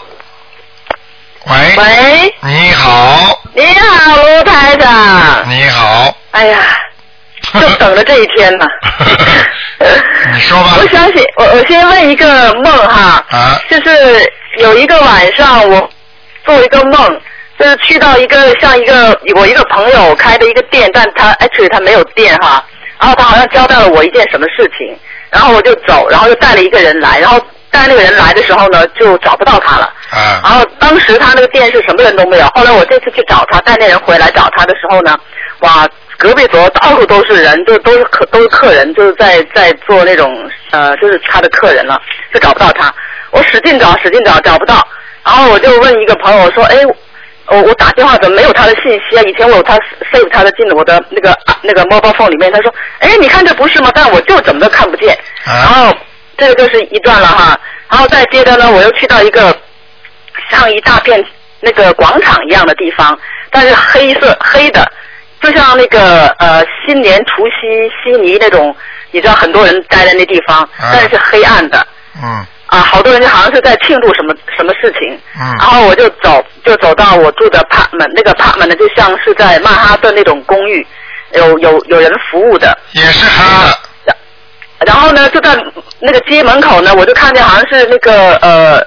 B: 喂，
C: 喂，
B: 你好，
C: 你好，卢台长。
B: 你好，。
C: 哎呀，就等着这一天 呢
B: 你说吧
C: 我想起，我我先问一个梦哈，
B: 啊
C: 就是有一个晚上我做一个梦，就是去到一个像一个我一个朋友开的一个店，但他 actually 他没有店哈，然后他好像交代了我一件什么事情，然后我就走，然后就带了一个人来，然后。但是那个人来的时候呢，就找不到他了。
B: 啊
C: 然后当时他那个店是什么人都没有，后来我这次去找他，带那人回来找他的时候呢，哇，隔壁左右到处都是人，就都是客都是客人，就是在在做那种呃，就是他的客人了，就找不到他。我使劲找，使劲找，找不到。然后我就问一个朋友我说，哎，我我打电话怎么没有他的信息啊？以前我有他 save 他的进我的那个那个 mobile phone 里面，他说，哎，你看这不是吗？但我就怎么都看不见。然后这个就是一段了哈，然后再接着呢，我又去到一个像一大片那个广场一样的地方，但是黑色黑的，就像那个呃新年除夕悉尼那种，你知道很多人待在那地方，但是是黑暗的
B: 嗯
C: 啊，好多人就好像是在庆祝什么什么事情，然
B: 嗯
C: 后我就走，就走到我住的 apartment，那个 apartment 呢就像是在曼哈顿那种公寓，有有有人服务的。
B: 也是他。
C: 然后呢，就在那个街门口呢，我就看见好像是那个呃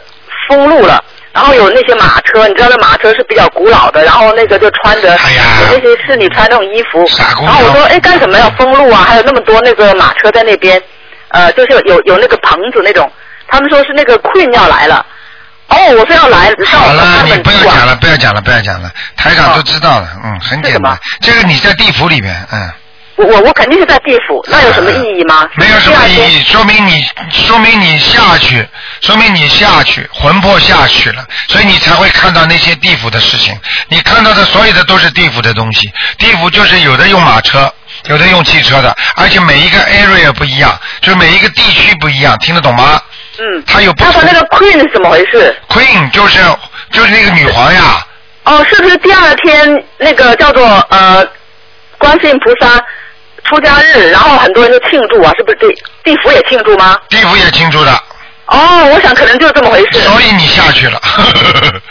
C: 封路了，然后有那些马车，你知道那马车是比较古老的，然后那个就穿着、
B: 哎
C: 有那些侍女穿那种衣服，然后我说哎干什么要封路啊？还有那么多那个马车在那边，呃，就是有有有那个棚子那种，他们说是那个 Queen 要来了，哦，我说要来，上
B: 好
C: 我
B: 了，
C: 看
B: 你
C: 本
B: 不要
C: 书啊
B: 讲。了，不要讲了，不要讲了，台长都知道了，嗯，很简单。这个你在地府里面，嗯，
C: 我我我肯定是在地府，那有什么意义吗？
B: 没有什么意义，说明你说明你下去，说明你下去，魂魄下去了，所以你才会看到那些地府的事情。你看到的所有的都是地府的东西，地府就是有的用马车，有的用汽车的，而且每一个 area 不一样，就是每一个地区不一样，听得懂吗？
C: 嗯，
B: 它有不
C: 他
B: 同
C: 说那个 Queen 是怎么回事？
B: Queen 就是就是那个女皇呀，
C: 哦，是不是第二天那个叫做呃观世音菩萨出家日，然后很多人就庆祝啊？是不是地地府也庆祝吗？
B: 地府也清楚的，
C: 哦，我想可能就是这么回事。
B: 所以你下去了。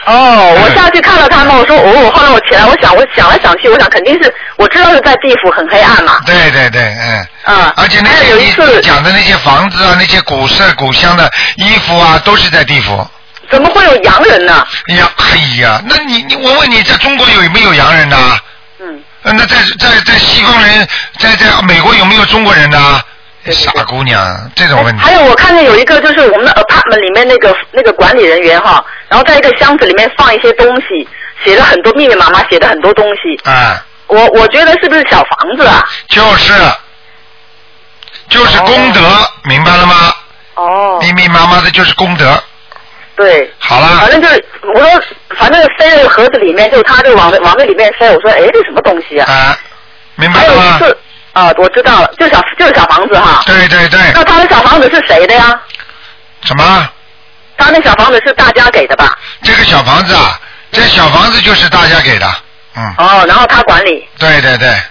C: 哦，我下去看到他们，我说哦，后来我起来，我想我想来想去，我想肯定是我知道是在地府很黑暗嘛。
B: 对对对，嗯。
C: 啊、
B: 而且那
C: 还
B: 些
C: 有一
B: 你
C: 次
B: 讲的那些房子啊，那些古色古香的衣服啊，都是在地府。
C: 怎么会有洋人呢？
B: 哎呀，哎呀，那你你我问你，在中国有没有洋人呐、呃
C: 嗯。
B: 那在在在西方人，在在美国有没有中国人呐、傻姑娘，这种问题。
C: 哎还有我看见有一个就是我们的 apartment 里面那个那个管理人员哈，然后在一个箱子里面放一些东西，写了很多密密麻麻写的很多东西，
B: 啊，
C: 我我觉得是不是小房子啊？
B: 就是就是功德，明白了吗？
C: 哦，
B: 密密麻麻的就是功德。
C: 对，
B: 好啦
C: 反，正就是我说反正塞那个盒子里面，就他就往往那里面塞，我说哎这什么东西啊？
B: 啊，明白
C: 还有
B: 了
C: 一
B: 吗？
C: 次啊，我知道了，就小就是小房子哈。
B: 对对对，
C: 那他的小房子是谁的呀？
B: 什么？
C: 他那小房子是大家给的吧？
B: 这个小房子啊，这小房子就是大家给的，嗯，
C: 哦，然后他管理。
B: 对对对，
C: 哎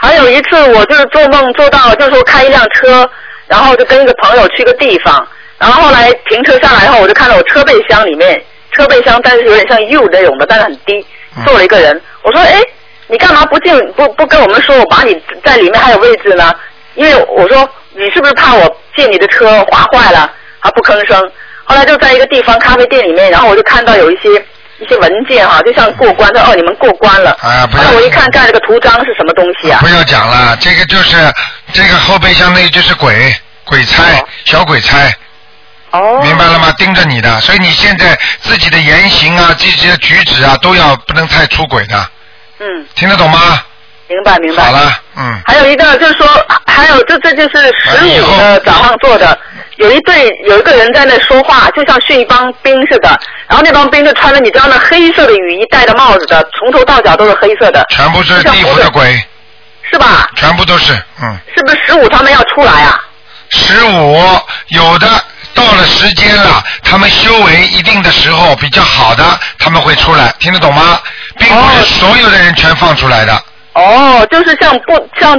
C: 还有一次，我就是做梦做到，就是说开一辆车，然后就跟一个朋友去个地方，然后后来停车下来后，我就看到我车背箱里面，车背箱但是有点像 U 那种的，但是很低，
B: 嗯
C: 坐了一个人。我说，哎，你干嘛不进不不跟我们说，我把你在里面还有位置呢？因为我说你是不是怕我进你的车划坏了？他不吭声。后来就在一个地方咖啡店里面，然后我就看到有一些一些文件哈、就像过关的哦，你们过关了。
B: 哎呀不
C: 后
B: 要
C: 来我一看盖了个图章是什么东西啊？
B: 不要讲了，这个就是这个后备箱内就是鬼鬼差，小鬼差，
C: 哦
B: 明白了吗？盯着你的，所以你现在自己的言行啊，自己的举止啊，都要不能太出轨的，
C: 嗯，
B: 听得懂吗？
C: 明白明白。
B: 好了，嗯，
C: 还有一个就是说，还有就这就是十五的早上做的，有一对有一个人在那说话，就像训一帮兵似的，然后那帮兵就穿着你知道那黑色的雨衣，戴着帽子的，从头到脚都是黑色的，
B: 全部是地府的鬼，
C: 是吧？
B: 全部都是，嗯，
C: 是不是十五他们要出来啊？
B: 十五有的。到了时间了，他们修为一定的时候比较好的，他们会出来，听得懂吗？并不是所有的人全放出来的。
C: 哦，就是像不像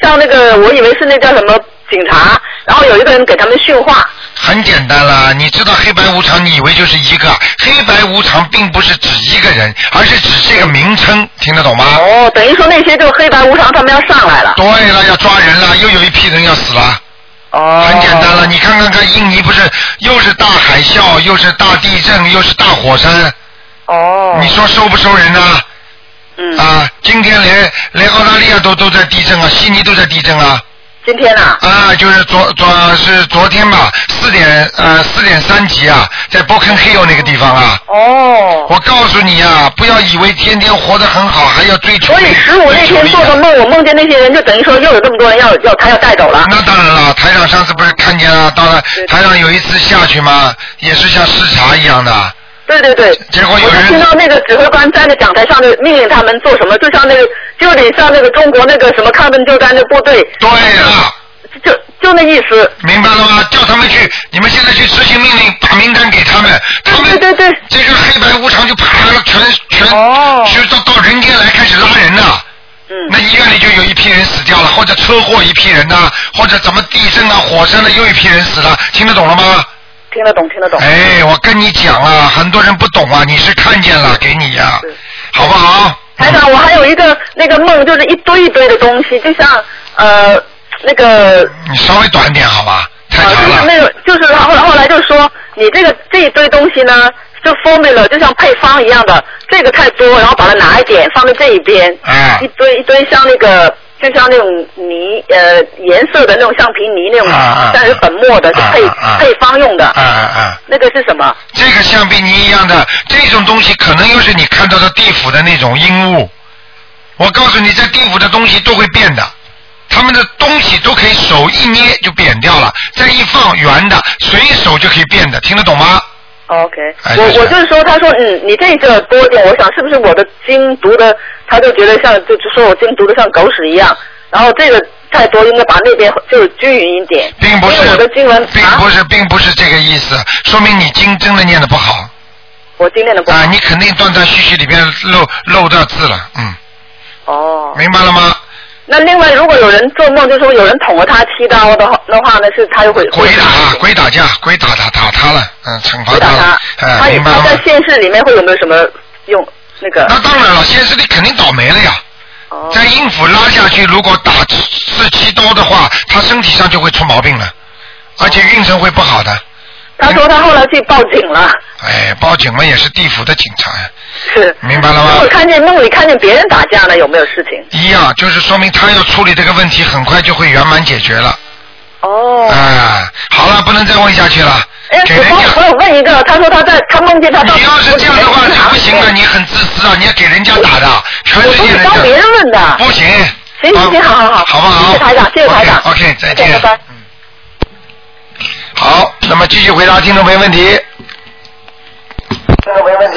C: 像那个，我以为是那叫什么警察，然后有一个人给他们训话。
B: 很简单啦，你知道黑白无常，你以为就是一个黑白无常，并不是指一个人，而是指这个名称，听得懂吗？
C: 哦，等于说那些就黑白无常他们要上来了。
B: 对了，要抓人了，又有一批人要死了，
C: 哦，
B: 很简单了。你看看看，印尼不是又是大海啸，又是大地震，又是大火山，
C: 哦，
B: 你说收不收人呢、啊？
C: 嗯，
B: 今天连连澳大利亚都都在地震啊，悉尼都在地震啊，
D: 今天呐、
B: 啊，就是昨昨是昨天吧，四点呃四点三级啊，在 b o k e n Hill 那个地方啊。
D: 哦。
B: 我告诉你啊，不要以为天天活得很好，还要追求。
D: 所以十五那天做的梦，我梦见那些人，就等于说又有这么多人要要他要带走了。
B: 那当然了，台长上次不是看见啊了，当然台长有一次下去嘛，也是像视察一样的。
D: 对对对，
B: 结果有
D: 我就听
B: 人
D: 到那个指挥官站在讲台上的命令他们做什么，就像那个就有点像那个中国那个什么抗震救灾那部队，
B: 对了，
D: 就就那意思。
B: 明白了吗？叫他们去，你们现在去执行命令，把名单给他们，他们
D: 对对对，哦
B: 这个黑白无常就爬了，全全就到到人间来开始拉人了。
D: 嗯
B: 那医院里就有一批人死掉了，或者车祸一批人呐、或者怎么地震啊、火山了又一批人死了，听得懂了吗？
D: 听得懂听得懂。
B: 哎，我跟你讲啊，很多人不懂啊，你是看见了，给你呀、
D: 是
B: 好不好？嗯
D: 台长，我还有一个那个梦，就是一堆一堆的东西，就像呃那个
B: 你稍微短点好吧，太
D: 啊，
B: 长
D: 就是
B: 了。
D: 那个，就是后来后来就说你这个这一堆东西呢，就 formula 就像配方一样的，这个太多，然后把它拿一点放在这一边，
B: 啊
D: 一堆一堆像那个就像那种泥呃颜色的那种橡皮泥那种，
B: 啊啊
D: 但是粉末的，是
B: 啊
D: 配、
B: 啊啊
D: 配方用的，
B: 啊啊啊！
D: 那个是什么？
B: 这个像比泥一样的这种东西，可能又是你看到的地府的那种阴物。我告诉你，在地府的东西都会变的，他们的东西都可以手一捏就扁掉了，再一放圆的，随手就可以变的，听得懂吗？
D: 哦 OK，
B: 哎
D: 我
B: 就是
D: 我就是说，他说嗯，你这个多一点，我想是不是我的经读的，他就觉得像就就说我经读的像狗屎一样，然后这个太多，应该把那边就是均匀一点，
B: 并不
D: 因为
B: 是
D: 我的经文，
B: 并
D: 啊
B: 不是，并不是这个意思，说明你经真的念的不哎好啊、
D: 我经历的不好。
B: 你肯定断断续续里边漏漏掉字了，嗯，
D: 哦，
B: 明白了吗？
D: 那另外，如果有人做梦，就说有人捅了他七刀的话，那话呢是他又会
B: 鬼打鬼打架，鬼打他打他了，嗯，惩罚
D: 回答
B: 他了
D: 他，，
B: 哎、
D: 他
B: 明白了吗
D: 他在？现实里面会有没有什么用？那个
B: 那当然了，现实里肯定倒霉了呀。
D: 哦
B: 在阴府拉下去，如果打四七刀的话，他身体上就会出毛病了，而且运程会不好的。
D: 他说他后来去报警了，
B: 哎，报警了也是地府的警察，
D: 是。
B: 明白了
D: 如
B: 吗
D: 果？嗯看见梦里看见别人打架呢，有没有事情？
B: 一样，就是说明他要处理这个问题，很快就会圆满解决了。
D: 哦，
B: 哎，好了，不能再问下去了
D: 哎，，
B: 给
D: 我
B: 人
D: 帮
B: 家。
D: 我有问一个，他说他在他梦见他到哎
B: 你要是这样的话，你不行啊，你很自私啊，你要给人家打的，全
D: 我
B: 世
D: 说
B: 界
D: 你
B: 人
D: 帮别
B: 家
D: 人问的。
E: 啊
B: 不行。
D: 行行行，好好好，
B: 好不好？
D: 谢谢台长，谢谢台长。
B: OK，, 再见。嗯
D: 拜拜。
B: 好，那么继续回答听众朋友问题。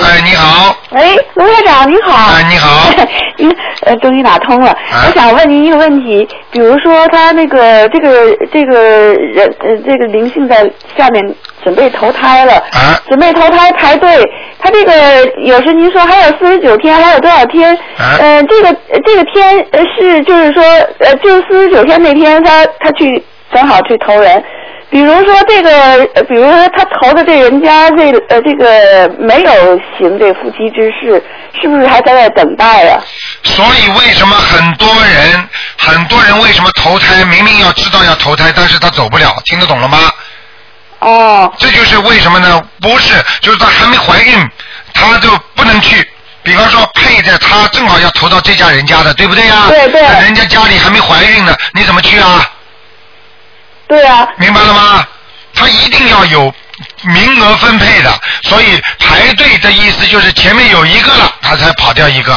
B: 哎，你好，
E: 喂，卢院长 您好。
B: 哎，你 好，
E: 您呃，终于打通了。
B: 啊
E: 我想问您一个问题，比如说他那个这个这个人呃这个灵性在下面准备投胎了，
B: 啊，
E: 准备投胎排队，他这个有时您说还有四十九天，还有多少天？
B: 啊
E: 呃，这个呃这个天呃是就是说呃就是四十九天那天他他去正好去投人。比如说这个，呃比如说他投的这人家这呃这个没有行这夫妻之事，是不是还在那等待啊？
B: 所以为什么很多人，很多人为什么投胎，明明要知道要投胎，但是他走不了，听得懂了吗？
E: 哦，
B: 这就是为什么呢？不是，就是她还没怀孕，她就不能去。比方说配着她正好要投到这家人家的，对不对呀、
E: 对对
B: 那人家家里还没怀孕呢，你怎么去啊？
E: 对啊，
B: 明白了吗？他一定要有名额分配的，所以排队的意思就是前面有一个了，他才跑掉一个，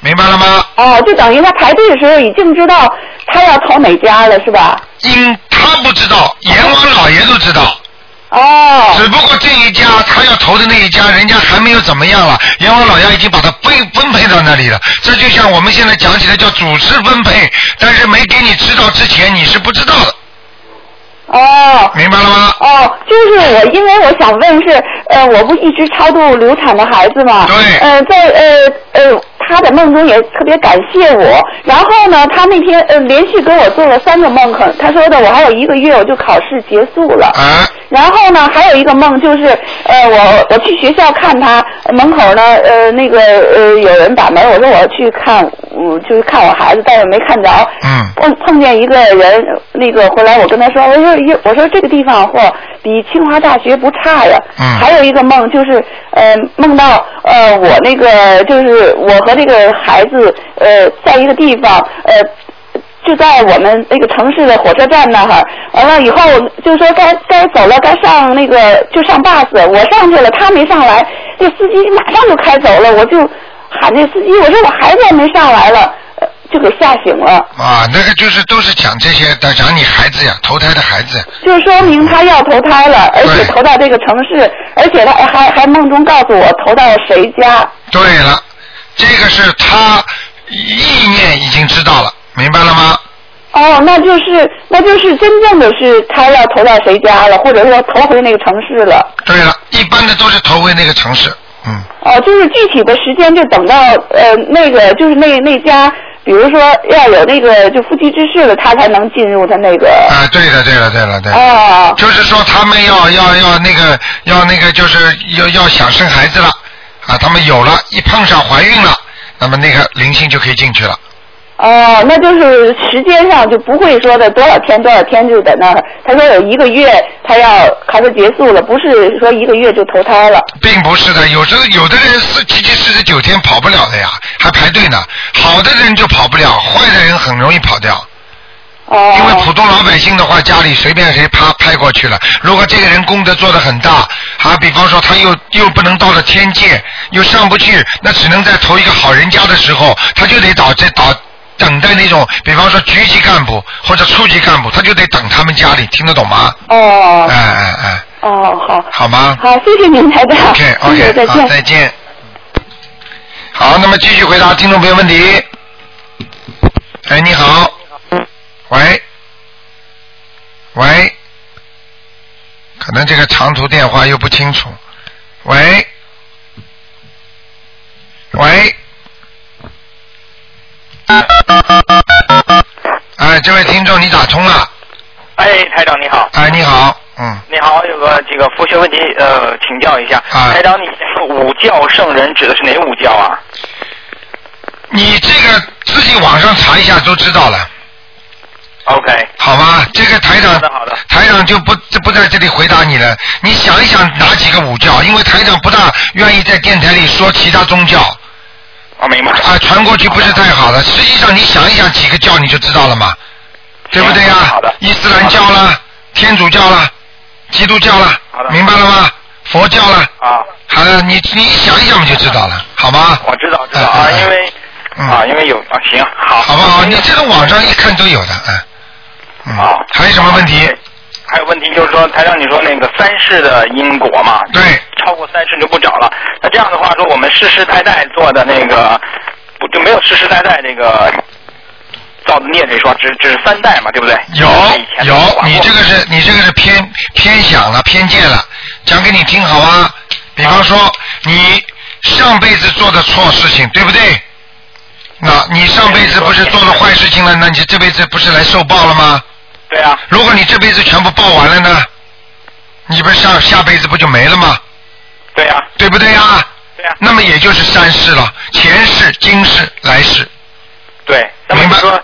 B: 明白了吗？
E: 哦，就等于他排队的时候已经知道他要投哪家了，是吧？
B: 因他不知道，阎王老爷都知道，
E: 哦，
B: 只不过这一家他要投的那一家，人家还没有怎么样了，阎王老爷已经把他分分配到那里了。这就像我们现在讲起来叫主持分配，但是没给你知道之前你是不知道的，
E: 哦，
B: 明白了吗？
E: 哦，就是我，因为我想问是，呃，我不一直超度流产的孩子嘛，
B: 对
E: 呃，在呃呃，他的梦中也特别感谢我，然后呢，他那天呃连续给我做了三个梦，可他说的我还有一个月我就考试结束了，
B: 啊，
E: 然后呢，还有一个梦就是，呃，我我去学校看他呃门口呢，呃，那个呃，有人把门，我说我要去看，嗯，就是看我孩子，但是没看着。
B: 嗯
E: 碰碰见一个人，呃那个回来我跟他说，我说哟，我说这个地方嚯，比清华大学不差呀。
B: 嗯
E: 还有一个梦就是，呃，梦到呃，我那个就是我和这个孩子呃，在一个地方呃。
G: 就在我们那个城市的火车站那哈，完了以后就说该该走了，该上那个就上 bus，我上去了，他没上来，这司机马上就开走了，我就喊这司机，我说我孩子还没上来了，呃就给吓醒了，
B: 啊，那个就是都是讲这些，的，讲你孩子呀，投胎的孩子，
G: 就说明他要投胎了，而且投到这个城市，而且他还还梦中告诉我投到谁家，
B: 对了，这个是他意念已经知道了，明白了吗？
G: 哦，那就是那就是真正的是他要投到谁家了，或者说投回那个城市了。
B: 对了，一般的都是投回那个城市，嗯，
G: 哦，就是具体的时间就等到呃那个就是那那家，比如说要有那个就夫妻之事了，他才能进入他那个。
B: 啊，对了，对了，对了，对了，
G: 哦
B: 就是说他们要要要那个要那个就是要要想生孩子了啊，他们有了，一碰上怀孕了，那么那个灵性就可以进去了。
G: 哦，那就是时间上就不会说的多少天多少天就在那儿。他说有一个月他要考试结束了，不是说一个月就投胎了。
B: 并不是的，有时候有的人是七七四十九天跑不了的呀，还排队呢。好的人就跑不了，坏的人很容易跑掉。
G: 哦，
B: 因为普通老百姓的话，家里随便谁啪拍过去了。如果这个人功德做得很大，啊，比方说他又又不能到了天界，又上不去，那只能在投一个好人家的时候，他就得倒这倒等待那种，比方说局级干部或者处级干部，他就得等他们家里，听得懂吗？
G: 哦
B: 哎哎哎，
G: 哦，好，
B: 好吗？
G: 好，谢谢您，台长，
B: OK
G: 谢
B: OK，
G: 谢，再
B: 好，
G: 见。
B: 再见。好，那么继续回答听众朋友问题。哎，你好，喂，喂，可能这个长途电话又不清楚。喂，喂，哎，这位听众你打通了，
H: 哎，台长你好，
B: 哎，你好，嗯，
H: 你好，有个这个佛学问题，呃，请教一下，
B: 啊
H: 台长，你五教圣人指的是哪五教啊？
B: 你这个自己网上查一下就知道了。
H: OK，
B: 好吧，这个台长
H: 嗯好的好的，
B: 台长就不不在这里回答你了。你想一想哪几个午觉，因为台长不大愿意在电台里说其他宗教
H: 我、哦明白。
B: 啊，传过去不是太好了。实际上你想一想几个教你就知道了嘛，对不对呀、
H: 好的
B: 伊斯兰教啦，天主教啦，基督教啦
H: 好，的
B: 明白了吗？佛教啦，
H: 啊，
B: 好了，你你想一想嘛就知道了，好吗？
H: 我知道知道
B: 哎
H: 啊，
B: 哎哎
H: 因为、
B: 嗯
H: 啊，因为有啊，行，好，
B: 好不好？你这种网上一看都有的，嗯
H: 好
B: 嗯，还有什么问题？
H: 还有问题就是说，台长你说那个三世的因果嘛，
B: 对。
H: 超过三世就不找了。那这样的话说，我们世世代代做的那个，不就没有世世代代那个造的孽这一说，只只是三代嘛，对不对？
B: 有
H: 以前的
B: 有
H: 话，
B: 你这个是你这个是偏偏想了偏见了，讲给你听好啊。比方说你上辈子做的错事情，对不对？那你上辈子不是做了坏事情了？那你这辈子不是来受报了吗？
H: 对啊，
B: 如果你这辈子全部报完了呢，你不是上下辈子不就没了吗？
H: 对啊，
B: 对不对呀？
H: 对啊，
B: 那么也就是三世了，前世、今世、来世。
H: 对。那么
B: 明
H: 就
B: 白
H: 说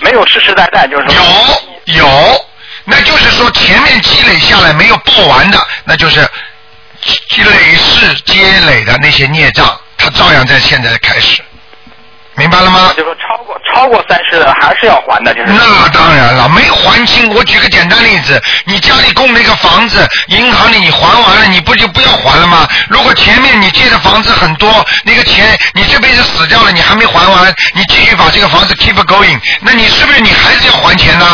H: 没有世世代代，就是说
B: 有有，那就是说前面积累下来没有报完的，那就是积累世积累的那些孽障，它照样在现在开始，明白了吗？
H: 就说超过超过三世的还是要还的，就是
B: 那当然了，没还清。我举个简单例子，你家里供了一个房子，银行里你还完了，你不就不要还了吗？如果前面你借的房子很多，那个钱你这辈子死掉了，你还没还完，你继续把这个房子 keep going，那你是不是你还是要还钱呢？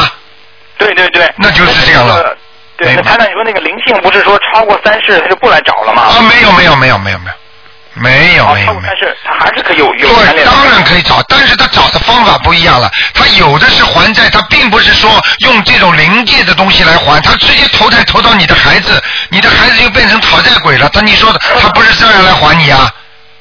H: 对对对，
B: 那就是这样了。
H: 对，那
B: 明白
H: 台长你说那个灵性不是说超过三世他就不来找了吗？
B: 啊，没有没有没有没有没有没有
H: 哦
B: 没有
H: 超过
B: 没
H: 三
B: 有。
H: 世他还是可以有有来
B: 对，
H: 的
B: 当然可以找，但是他找的方法不一样了。他有的是还债，他并不是说用这种灵界的东西来还，他直接投胎投到你的孩子，你的孩子就变成讨债鬼了。他你说的，他不是这样来还你啊？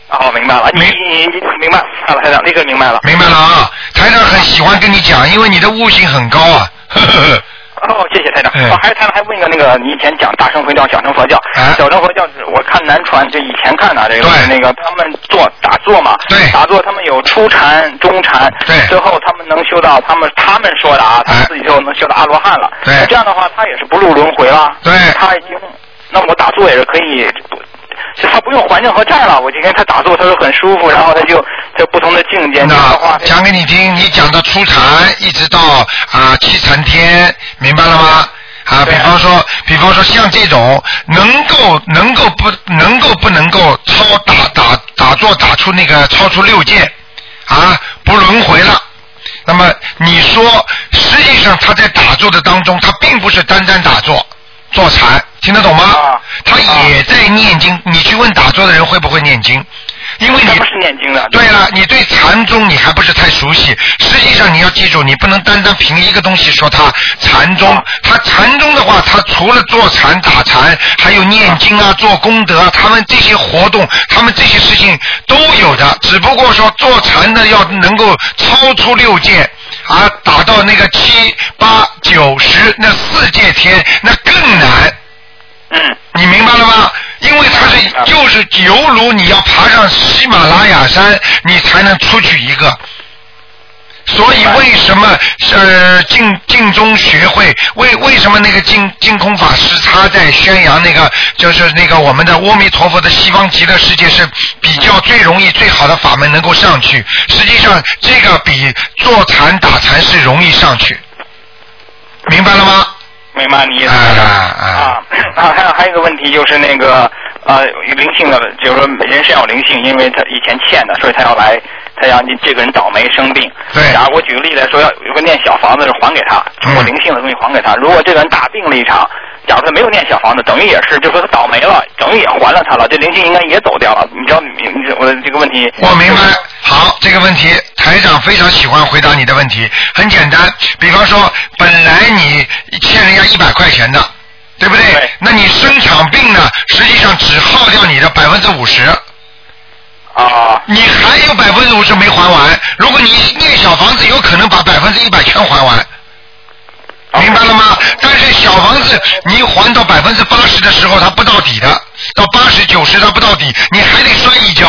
H: 哦，明白了，你
B: 明
H: 你你明白了，台长，那个明白了。
B: 明白了啊？台长很喜欢跟你讲，因为你的悟性很高啊。呵呵呵
H: 哦，谢谢台长。
B: 嗯
H: 哦，还有台长还问一个那个，你以前讲大乘佛教、小乘佛教，
B: 啊
H: 小乘佛教是我看南传，就以前看的、这个
B: 对
H: 那个他们做打坐嘛，
B: 对
H: 打坐他们有初禅、中禅，
B: 对哎
H: 最后他们能修到他们他们说的啊，他们自己就能修到阿罗汉了。
B: 对
H: 那这样的话他也是不入轮回了。
B: 对
H: 他已经，那我打坐也是可以。就他不用还任何债了，我就跟他打坐，他就很舒服，然后他就就不同的境界。
B: 那讲给你听，你讲到初禅一直到啊七禅天，明白了吗？啊，比方说，比方说像这种能够能够不能够不能够超打打打坐打出那个超出六界啊，不轮回了。那么你说，实际上他在打坐的当中，他并不是单单打坐坐禅，听得懂吗？
H: 啊
B: 他也在念经。你去问打坐的人会不会念经？因为你
H: 不是念经的。
B: 对了，你对禅宗你还不是太熟悉。实际上你要记住，你不能单单凭一个东西说它禅宗。它禅宗的话，它除了坐禅、打禅，还有念经啊、做功德啊，他们这些活动，他们这些事情都有的。只不过说做禅的要能够超出六界啊，达到那个七八九十那四界天，那更难。
H: 嗯，
B: 你明白了吗？因为它是就是犹如你要爬上喜马拉雅山，你才能出去一个。所以为什么呃净净宗学会为为什么那个净净空法师他在宣扬那个就是那个我们的阿弥陀佛的西方极乐世界是比较最容易最好的法门能够上去，实际上这个比坐禅打禅是容易上去，明白了吗？
H: 明白你意思啊啊！还有还有一个问题就是那个呃灵性的，就是说人是要有灵性，因为他以前欠的，所以他要来，他要你这个人倒霉生病。
B: 对。嗯
H: 假如我举个例来说，要有个念小房子是还给他，通过灵性的东西还给他。如果这个人大病了一场，假如他没有念小房子，等于也是，就说他倒霉了，等于也还了他了，这灵性应该也走掉了。你知道你你我这个问题？
B: 我明白。好，这个问题台长非常喜欢回答你的问题，很简单。比方说，本来你欠人家一百块钱的，对不对？那你生场病呢，实际上只耗掉你的百分之五十。
H: 啊。
B: 你还有百分之五十没还完，如果你念小房子，有可能把百分之一百全还完。
H: 啊
B: 明白了吗？但是小房子你还到百分之八十的时候，它不到底的，到八十九十它不到底，你还得摔一跤。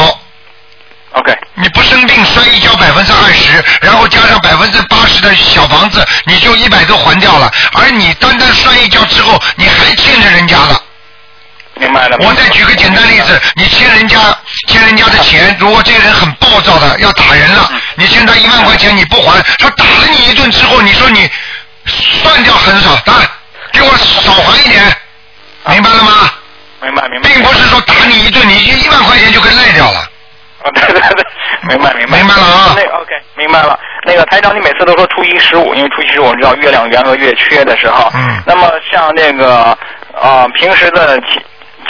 H: OK，
B: 你不生病摔一跤百分之二十，然后加上百分之八十的小房子，你就一百都还掉了。而你单单摔一跤之后，你还欠着人家了。
H: 明白了。
B: 我再举个简单例子，你欠人家欠人家的钱，如果这个人很暴躁的要打人了，你欠他一万块钱你不还，他打了你一顿之后，你说你算掉很少，来给我少还一点，明白了吗？
H: 明白明
B: 白。并不是说打你一顿，你一万块钱就给赖掉了。
H: 啊，对对对， 明白明白。
B: 明白了啊
H: 那个 OK，明白了。那个台长，你每次都说初一十五，因为初一十五我们知道月亮圆和月缺的时候。
B: 嗯。
H: 那么像那个呃平时的节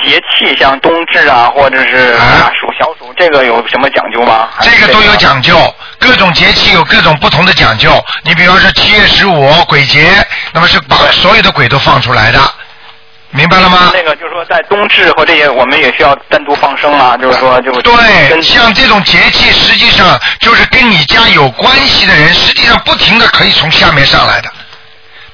H: 节气，像冬至啊，或者是大暑、小暑，这个有什么讲究吗？
B: 这个都有讲究，各种节气有各种不同的讲究。你比方说七月十五鬼节，那么是把所有的鬼都放出来的，明白了吗？
H: 那个就是说，在冬至和这些，我们也需要单独放生啊，就是说，就
B: 对，像这种节气，实际上就是跟你家有关系的人，实际上不停的可以从下面上来的。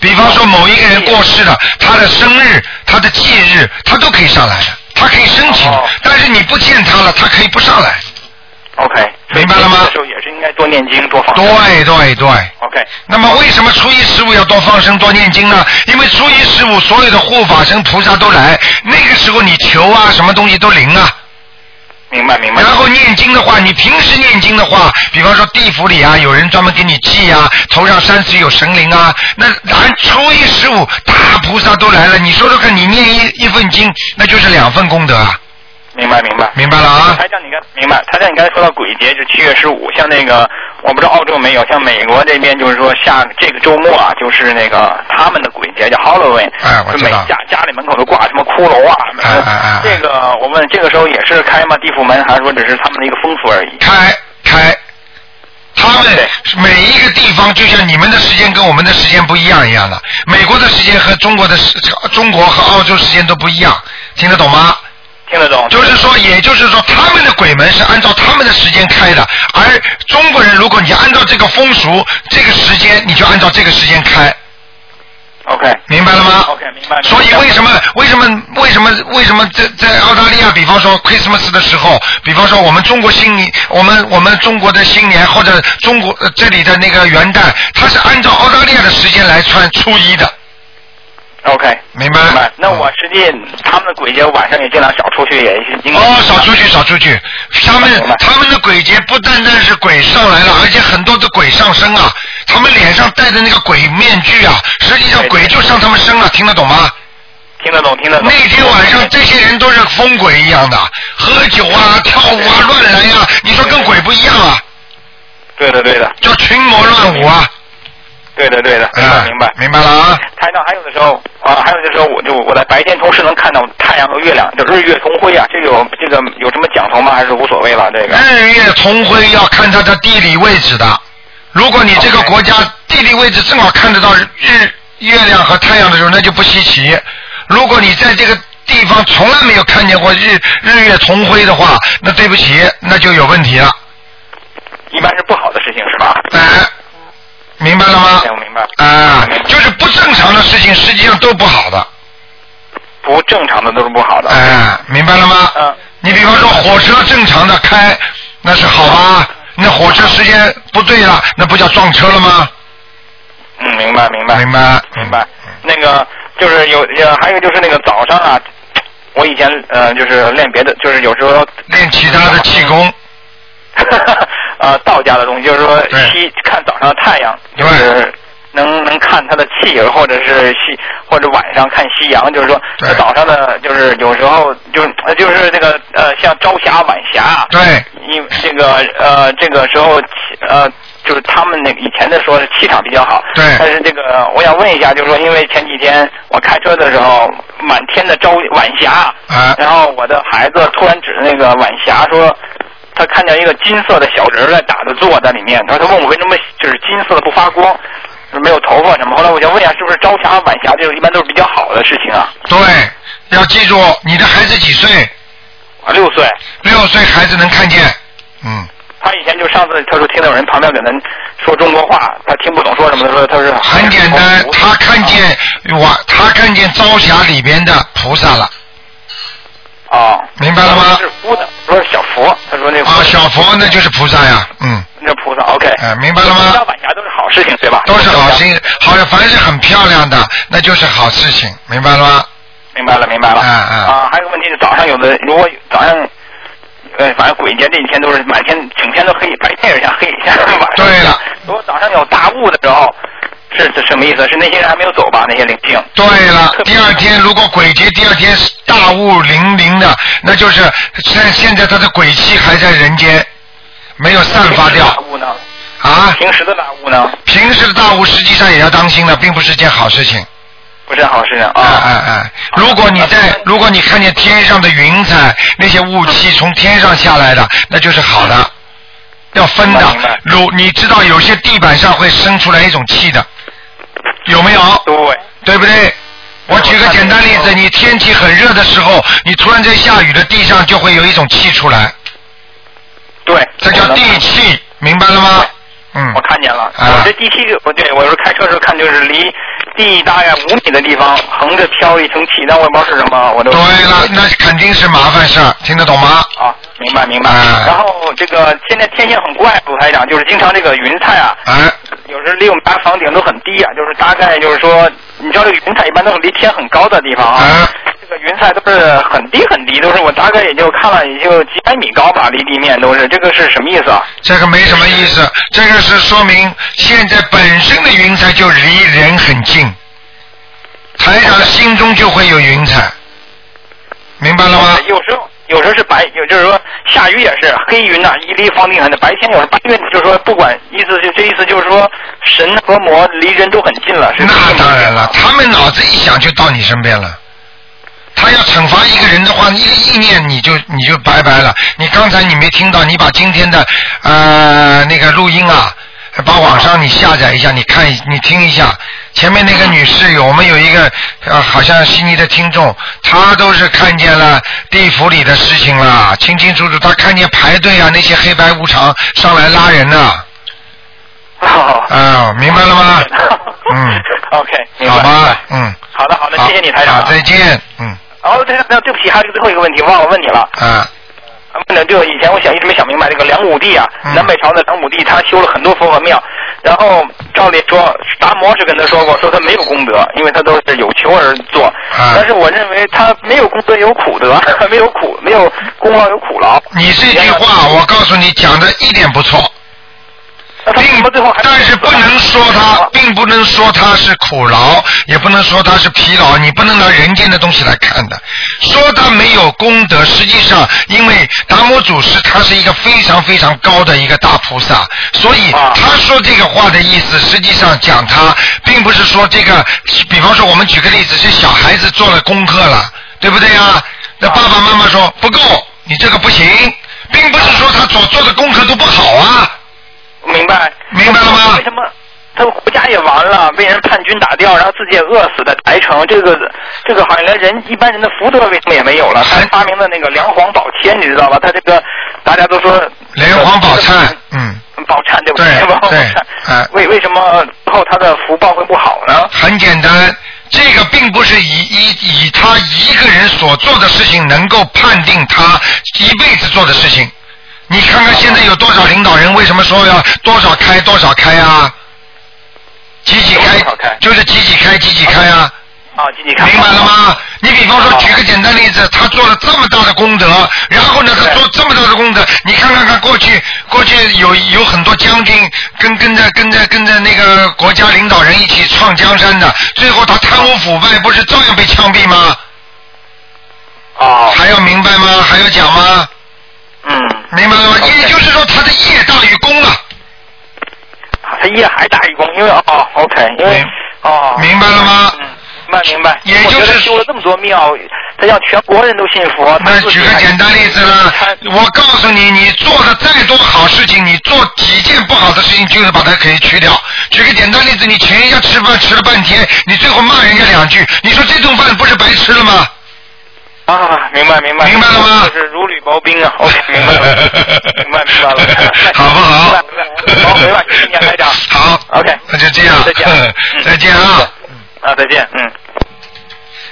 B: 比方说某一个人过世了，他的生日、他的忌日，他都可以上来的，他可以申请，但是你不见他了，他可以不上来。
H: OK，
B: 明白了吗？
H: 这时候也是应该多念经，多放生。
B: 对对对。
H: OK，
B: 那么为什么初一十五要多放生、多念经呢？因为初一十五所有的护法神菩萨都来，那个时候你求啊，什么东西都灵啊。
H: 明白明白。
B: 然后念经的话，你平时念经的话，比方说地府里啊，有人专门给你祭啊，头上三尺有神灵啊。那咱初一十五大菩萨都来了，你说说看，你念一一份经，那就是两份功德啊。
H: 明白明白，
B: 明白了啊
H: 台长，你刚明白，台长，你刚才说到鬼节是七月十五，像那个我不知道澳洲有没有，像美国这边就是说下这个周末啊，就是那个他们的鬼节叫 Halloween，
B: 哎我
H: 就
B: 知
H: 每
B: 道
H: 家家里门口都挂什么骷髅啊，
B: 哎哎哎
H: 这个我问这个时候也是开吗？地府门还是说只是他们的一个风俗而已？
B: 开开，他们每一个地方就像你们的时间跟我们的时间不一样一样的，美国的时间和中国的时中国和澳洲时间都不一样，听得懂吗？
H: 听得懂。
B: 就是说，也就是说，他们的鬼门是按照他们的时间开的，而中国人如果你按照这个风俗、这个时间，你就按照这个时间开。
H: OK，
B: 明白了吗
H: ？OK，明白。
B: 所以为什么为什么为什么为什么在在澳大利亚，比方说 Christmas 的时候，比方说我们中国新年，我们我们中国的新年或者中国、呃这里的那个元旦，它是按照澳大利亚的时间来算初一的。
H: OK，
B: 明白
H: 明白。那我实际他们的鬼节晚上也尽量少出去，也应该
B: 哦，少出去，少出去。他们他们的鬼节不单单是鬼上来了，而且很多的鬼上身啊，他们脸上戴的那个鬼面具啊，实际上鬼就上他们身了，听得懂吗？
H: 听得懂，听得懂。
B: 那天晚上这些人都是疯鬼一样的，喝酒啊、跳舞啊、乱来呀、你说跟鬼不一样啊？
H: 对的，对的。
B: 叫群魔乱舞啊！嗯
H: 对的，对的，明白，明白，
B: 明白了啊。
H: 台长，还有的时候啊，还有的时候，我就我在白天同时能看到太阳和月亮，就日月同辉啊，这个有这个有什么讲头吗？还是无所谓了？这个
B: 日月同辉要看它的地理位置的。如果你这个国家地理位置正好看得到日、月亮和太阳的时候，那就不稀奇。如果你在这个地方从来没有看见过日日月同辉的话，那对不起，那就有问题了。哎
H: 一般是不好的事情是吧？
B: 明白了吗？
H: 我明白。
B: 啊，就是不正常的事情，实际上都不好的。
H: 不正常的都是不好的。
B: 哎、明白了吗？
H: 啊
B: 嗯。你比方说火车正常的开，那是好吧？那火车时间不对了，那不叫撞车了吗？
H: 嗯，明白，明白，
B: 明白，嗯
H: 明白。那个就是有，呃，还有一个就是那个早上啊，我以前呃就是练别的，就是有时候
B: 练其他的气功。
H: 呃，道家的东西，就是说西看早上的太阳，就是能能看它的气，或者是西或者晚上看夕阳，就是说早上的，就是有时候就是呃就是那个呃像朝霞晚霞，
B: 对，
H: 因为这个呃这个时候气呃就是他们那个以前的说是气场比较好，
B: 对
H: 但是这个我想问一下，就是说因为前几天我开车的时候，满天的朝晚霞，
B: 啊
H: 然后我的孩子突然指着那个晚霞说。他看见一个金色的小人儿在打着坐在里面，他说他问我为什么就是金色的不发光，没有头发什么。后来我就问一下，是不是朝霞晚霞这种一般都是比较好的事情啊？
B: 对，要记住，你的孩子几岁？
H: 啊，六岁。
B: 六岁孩子能看见。嗯
H: 他以前就上次他说听到有人旁边给他说中国话，他听不懂说什么，他说他是
B: 很简单，他看见我，他看见朝霞里边的菩萨了。
H: 哦，
B: 明白了吗？
H: 是佛的，不是小佛。他说那个
B: 啊，小佛那就是菩萨呀，嗯，
H: 那菩萨 OK。
B: 哎、明白了吗？
H: 朝晚霞都是好事情，对吧？
B: 都是好心，好的，凡是很漂亮的，那就是好事情，明白了吗？
H: 明白了，明白了。
B: 啊啊
H: 啊，还有个问题是早上有的，如果早上，呃，反正鬼节这几天都是满天，整天都黑，白天也像黑一下，晚上对了。如果早上有大雾的时候，是是什么意思？是那些人还没有走吧？那些灵性。
B: 对了，第二天如果鬼节第二天是大雾淋淋的，那就是现现在他的鬼气还在人间，没有散发掉
H: 大雾呢？
B: 啊。
H: 平时的大雾呢？
B: 平时的大雾实际上也要当心的，并不是件好事情。
H: 不是好事情
B: 啊！哎哎，如果你在，如果你看见天上的云彩，那些雾气从天上下来的，那就是好的，要分的。如你知道，有些地板上会生出来一种气的，有没有？
H: 对，
B: 对不对？哦我举个简单例子，你天气很热的时候，你突然间下雨的地上就会有一种气出来，
H: 对，
B: 这叫地气，明白了吗？嗯，
H: 我看见了。我这地气，我对我有时候开车的时候看，就是离地大概五米的地方横着飘一层气，但我也不知道是什么，我都
B: 对了，那肯定是麻烦事儿，听得懂吗？
H: 啊，明白明白。
B: 啊
H: 然后这个现在天性很怪，卢台长，就是经常这个云彩啊，
B: 哎，
H: 有时候离我们家房顶都很低啊，就是大概就是说，你知道这个云彩一般都是离天很高的地方啊，这个云彩都是很低很低，都是我大概也就看了也就几百米高吧，离地面都是，这个是什么意思啊？
B: 这个没什么意思，这个是说明现在本身的云彩就离人很近，台长心中就会有云彩，明白了吗？
H: 有时候有时候是白，有就是说下雨也是黑云呐、一离房顶很白天有时候白云，就是说不管意思就这意思就是说神和魔离人都很近了，是
B: 那当然 了，他们脑子一想就到你身边了。他要惩罚一个人的话，一个意念你就你就拜拜了。你刚才你没听到，你把今天的呃那个录音啊，把网上你下载一下，你看一你听一下。前面那个女士有我们有一个呃好像悉尼的听众，她都是看见了地府里的事情了，清清楚楚。她看见排队啊那些黑白无常上来拉人呢、
H: 啊。
B: 明白了 吗？嗯，
H: OK，明白
B: 好
H: 明
B: 吧
H: 白，
B: 嗯，
H: 好的好的，谢谢你台长
B: 好，
H: 啊。
B: 再见，嗯，
H: 哦，台长，那对不起，还有一个最后一个问题，忘了问你了。
B: 啊，嗯
H: 问了就以前我想一直没想明白这个梁武帝啊，南北朝的梁武帝，他修了很多佛和庙，然后照理说，达摩是跟他说过，说他没有功德，因为他都是有求而做。
B: 嗯
H: 但是我认为他没有功德有苦德， 没有苦没有功劳有苦劳。
B: 你这句话，我告诉你讲的一点不错，并嗯但是不能说
H: 啊
B: 他，并不能说他是苦劳，也不能说他是疲劳，你不能拿人间的东西来看的。说他没有功德，实际上因为达摩祖师他是一个非常非常高的一个大菩萨，所以他说这个话的意思，实际上讲他并不是说这个，比方说我们举个例子，这小孩子做了功课了，对不对啊？那爸爸妈妈说不够，你这个不行，并不是说他所做的功课都不好啊。
H: 明白？明白了吗？为什么他们国家也完了，被人叛军打掉，然后自己也饿死在台城，这个这个好像连人一般人的福德为什么也没有了？他发明的那个梁皇宝签，你知道吧？他这个大家都说
B: 连环宝忏，嗯，
H: 宝忏对不对？宝
B: 对
H: 忏，
B: 哎，
H: 为为什么后他的福报会不好呢？
B: 很简单，这个并不是以以以他一个人所做的事情能够判定他一辈子做的事情。你看看现在有多少领导人为什么说要多少开多少开啊？几几开，就是几几开几几开啊。
H: 啊，几几开。
B: 明白了吗？你比方说，举个简单例子，他做了这么大的功德，然后呢，他做这么大的功德，你看看看，过去过去有有很多将军跟跟着跟着跟着那个国家领导人一起创江山的，最后他贪污腐败，不是照样被枪毙吗？
H: 哦。嗯
B: 还要明白吗？还要讲吗？明白了吗？也就是说，他的业大于功了。
H: 啊他业还大于功，因为哦，OK，因为哦，
B: 明白了吗？
H: 嗯，明白明白。
B: 也就是
H: 修了这么多庙，他让全国人都信佛。
B: 那举个简单例子啦，我告诉你，你做的再多好事情，你做几件不好的事情，就是把它可以去掉。举个简单例子，你请人家吃饭吃了半天，你最后骂人家两句，你说这顿饭不是白吃了吗？
H: 啊，明白明白。明白了吗？就是如履 薄冰啊，OK，明白了，明白明白了， 好不
B: 好？
H: 好，明白，谢谢你啊，台长。
B: 好
H: ，OK，
B: 那就这样
H: 再见，
B: 嗯 再见啊。
H: 啊，再见，嗯。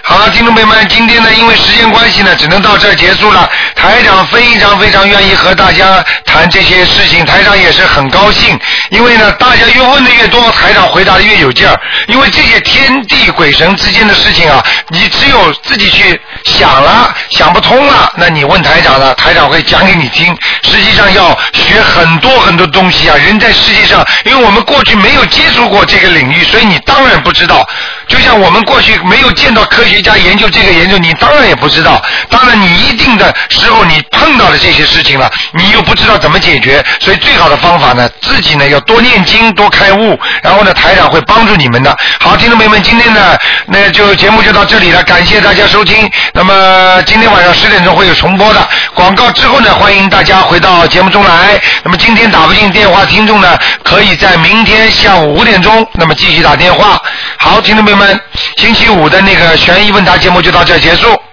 B: 好了，听众朋友们，今天呢，因为时间关系呢，只能到这儿结束了。台长非常非常愿意和大家谈这些事情，台长也是很高兴，因为呢，大家越问的越多，台长回答的越有劲儿。因为这些天地鬼神之间的事情啊，你只有自己去想了，想不通了，那你问台长了，台长会讲给你听。实际上要学很多很多东西啊，人在世界上，因为我们过去没有接触过这个领域，所以你当然不知道。就像我们过去没有见到科学家研究这个研究，你当然也不知道。当然，你一定的时候你碰到了这些事情了，你又不知道怎么解决，所以最好的方法呢，自己呢要多念经，多开悟，然后呢，台长会帮助你们的。好，听众朋友们，今天呢，那就节目就到这里了，感谢大家收听。那么今天晚上十点钟会有重播的广告之后呢，欢迎大家回到节目中来。那么今天打不进电话，听众呢可以在明天下午五点钟，那么继续打电话。好，听众朋友们，星期五的那个悬疑问答节目就到这儿结束。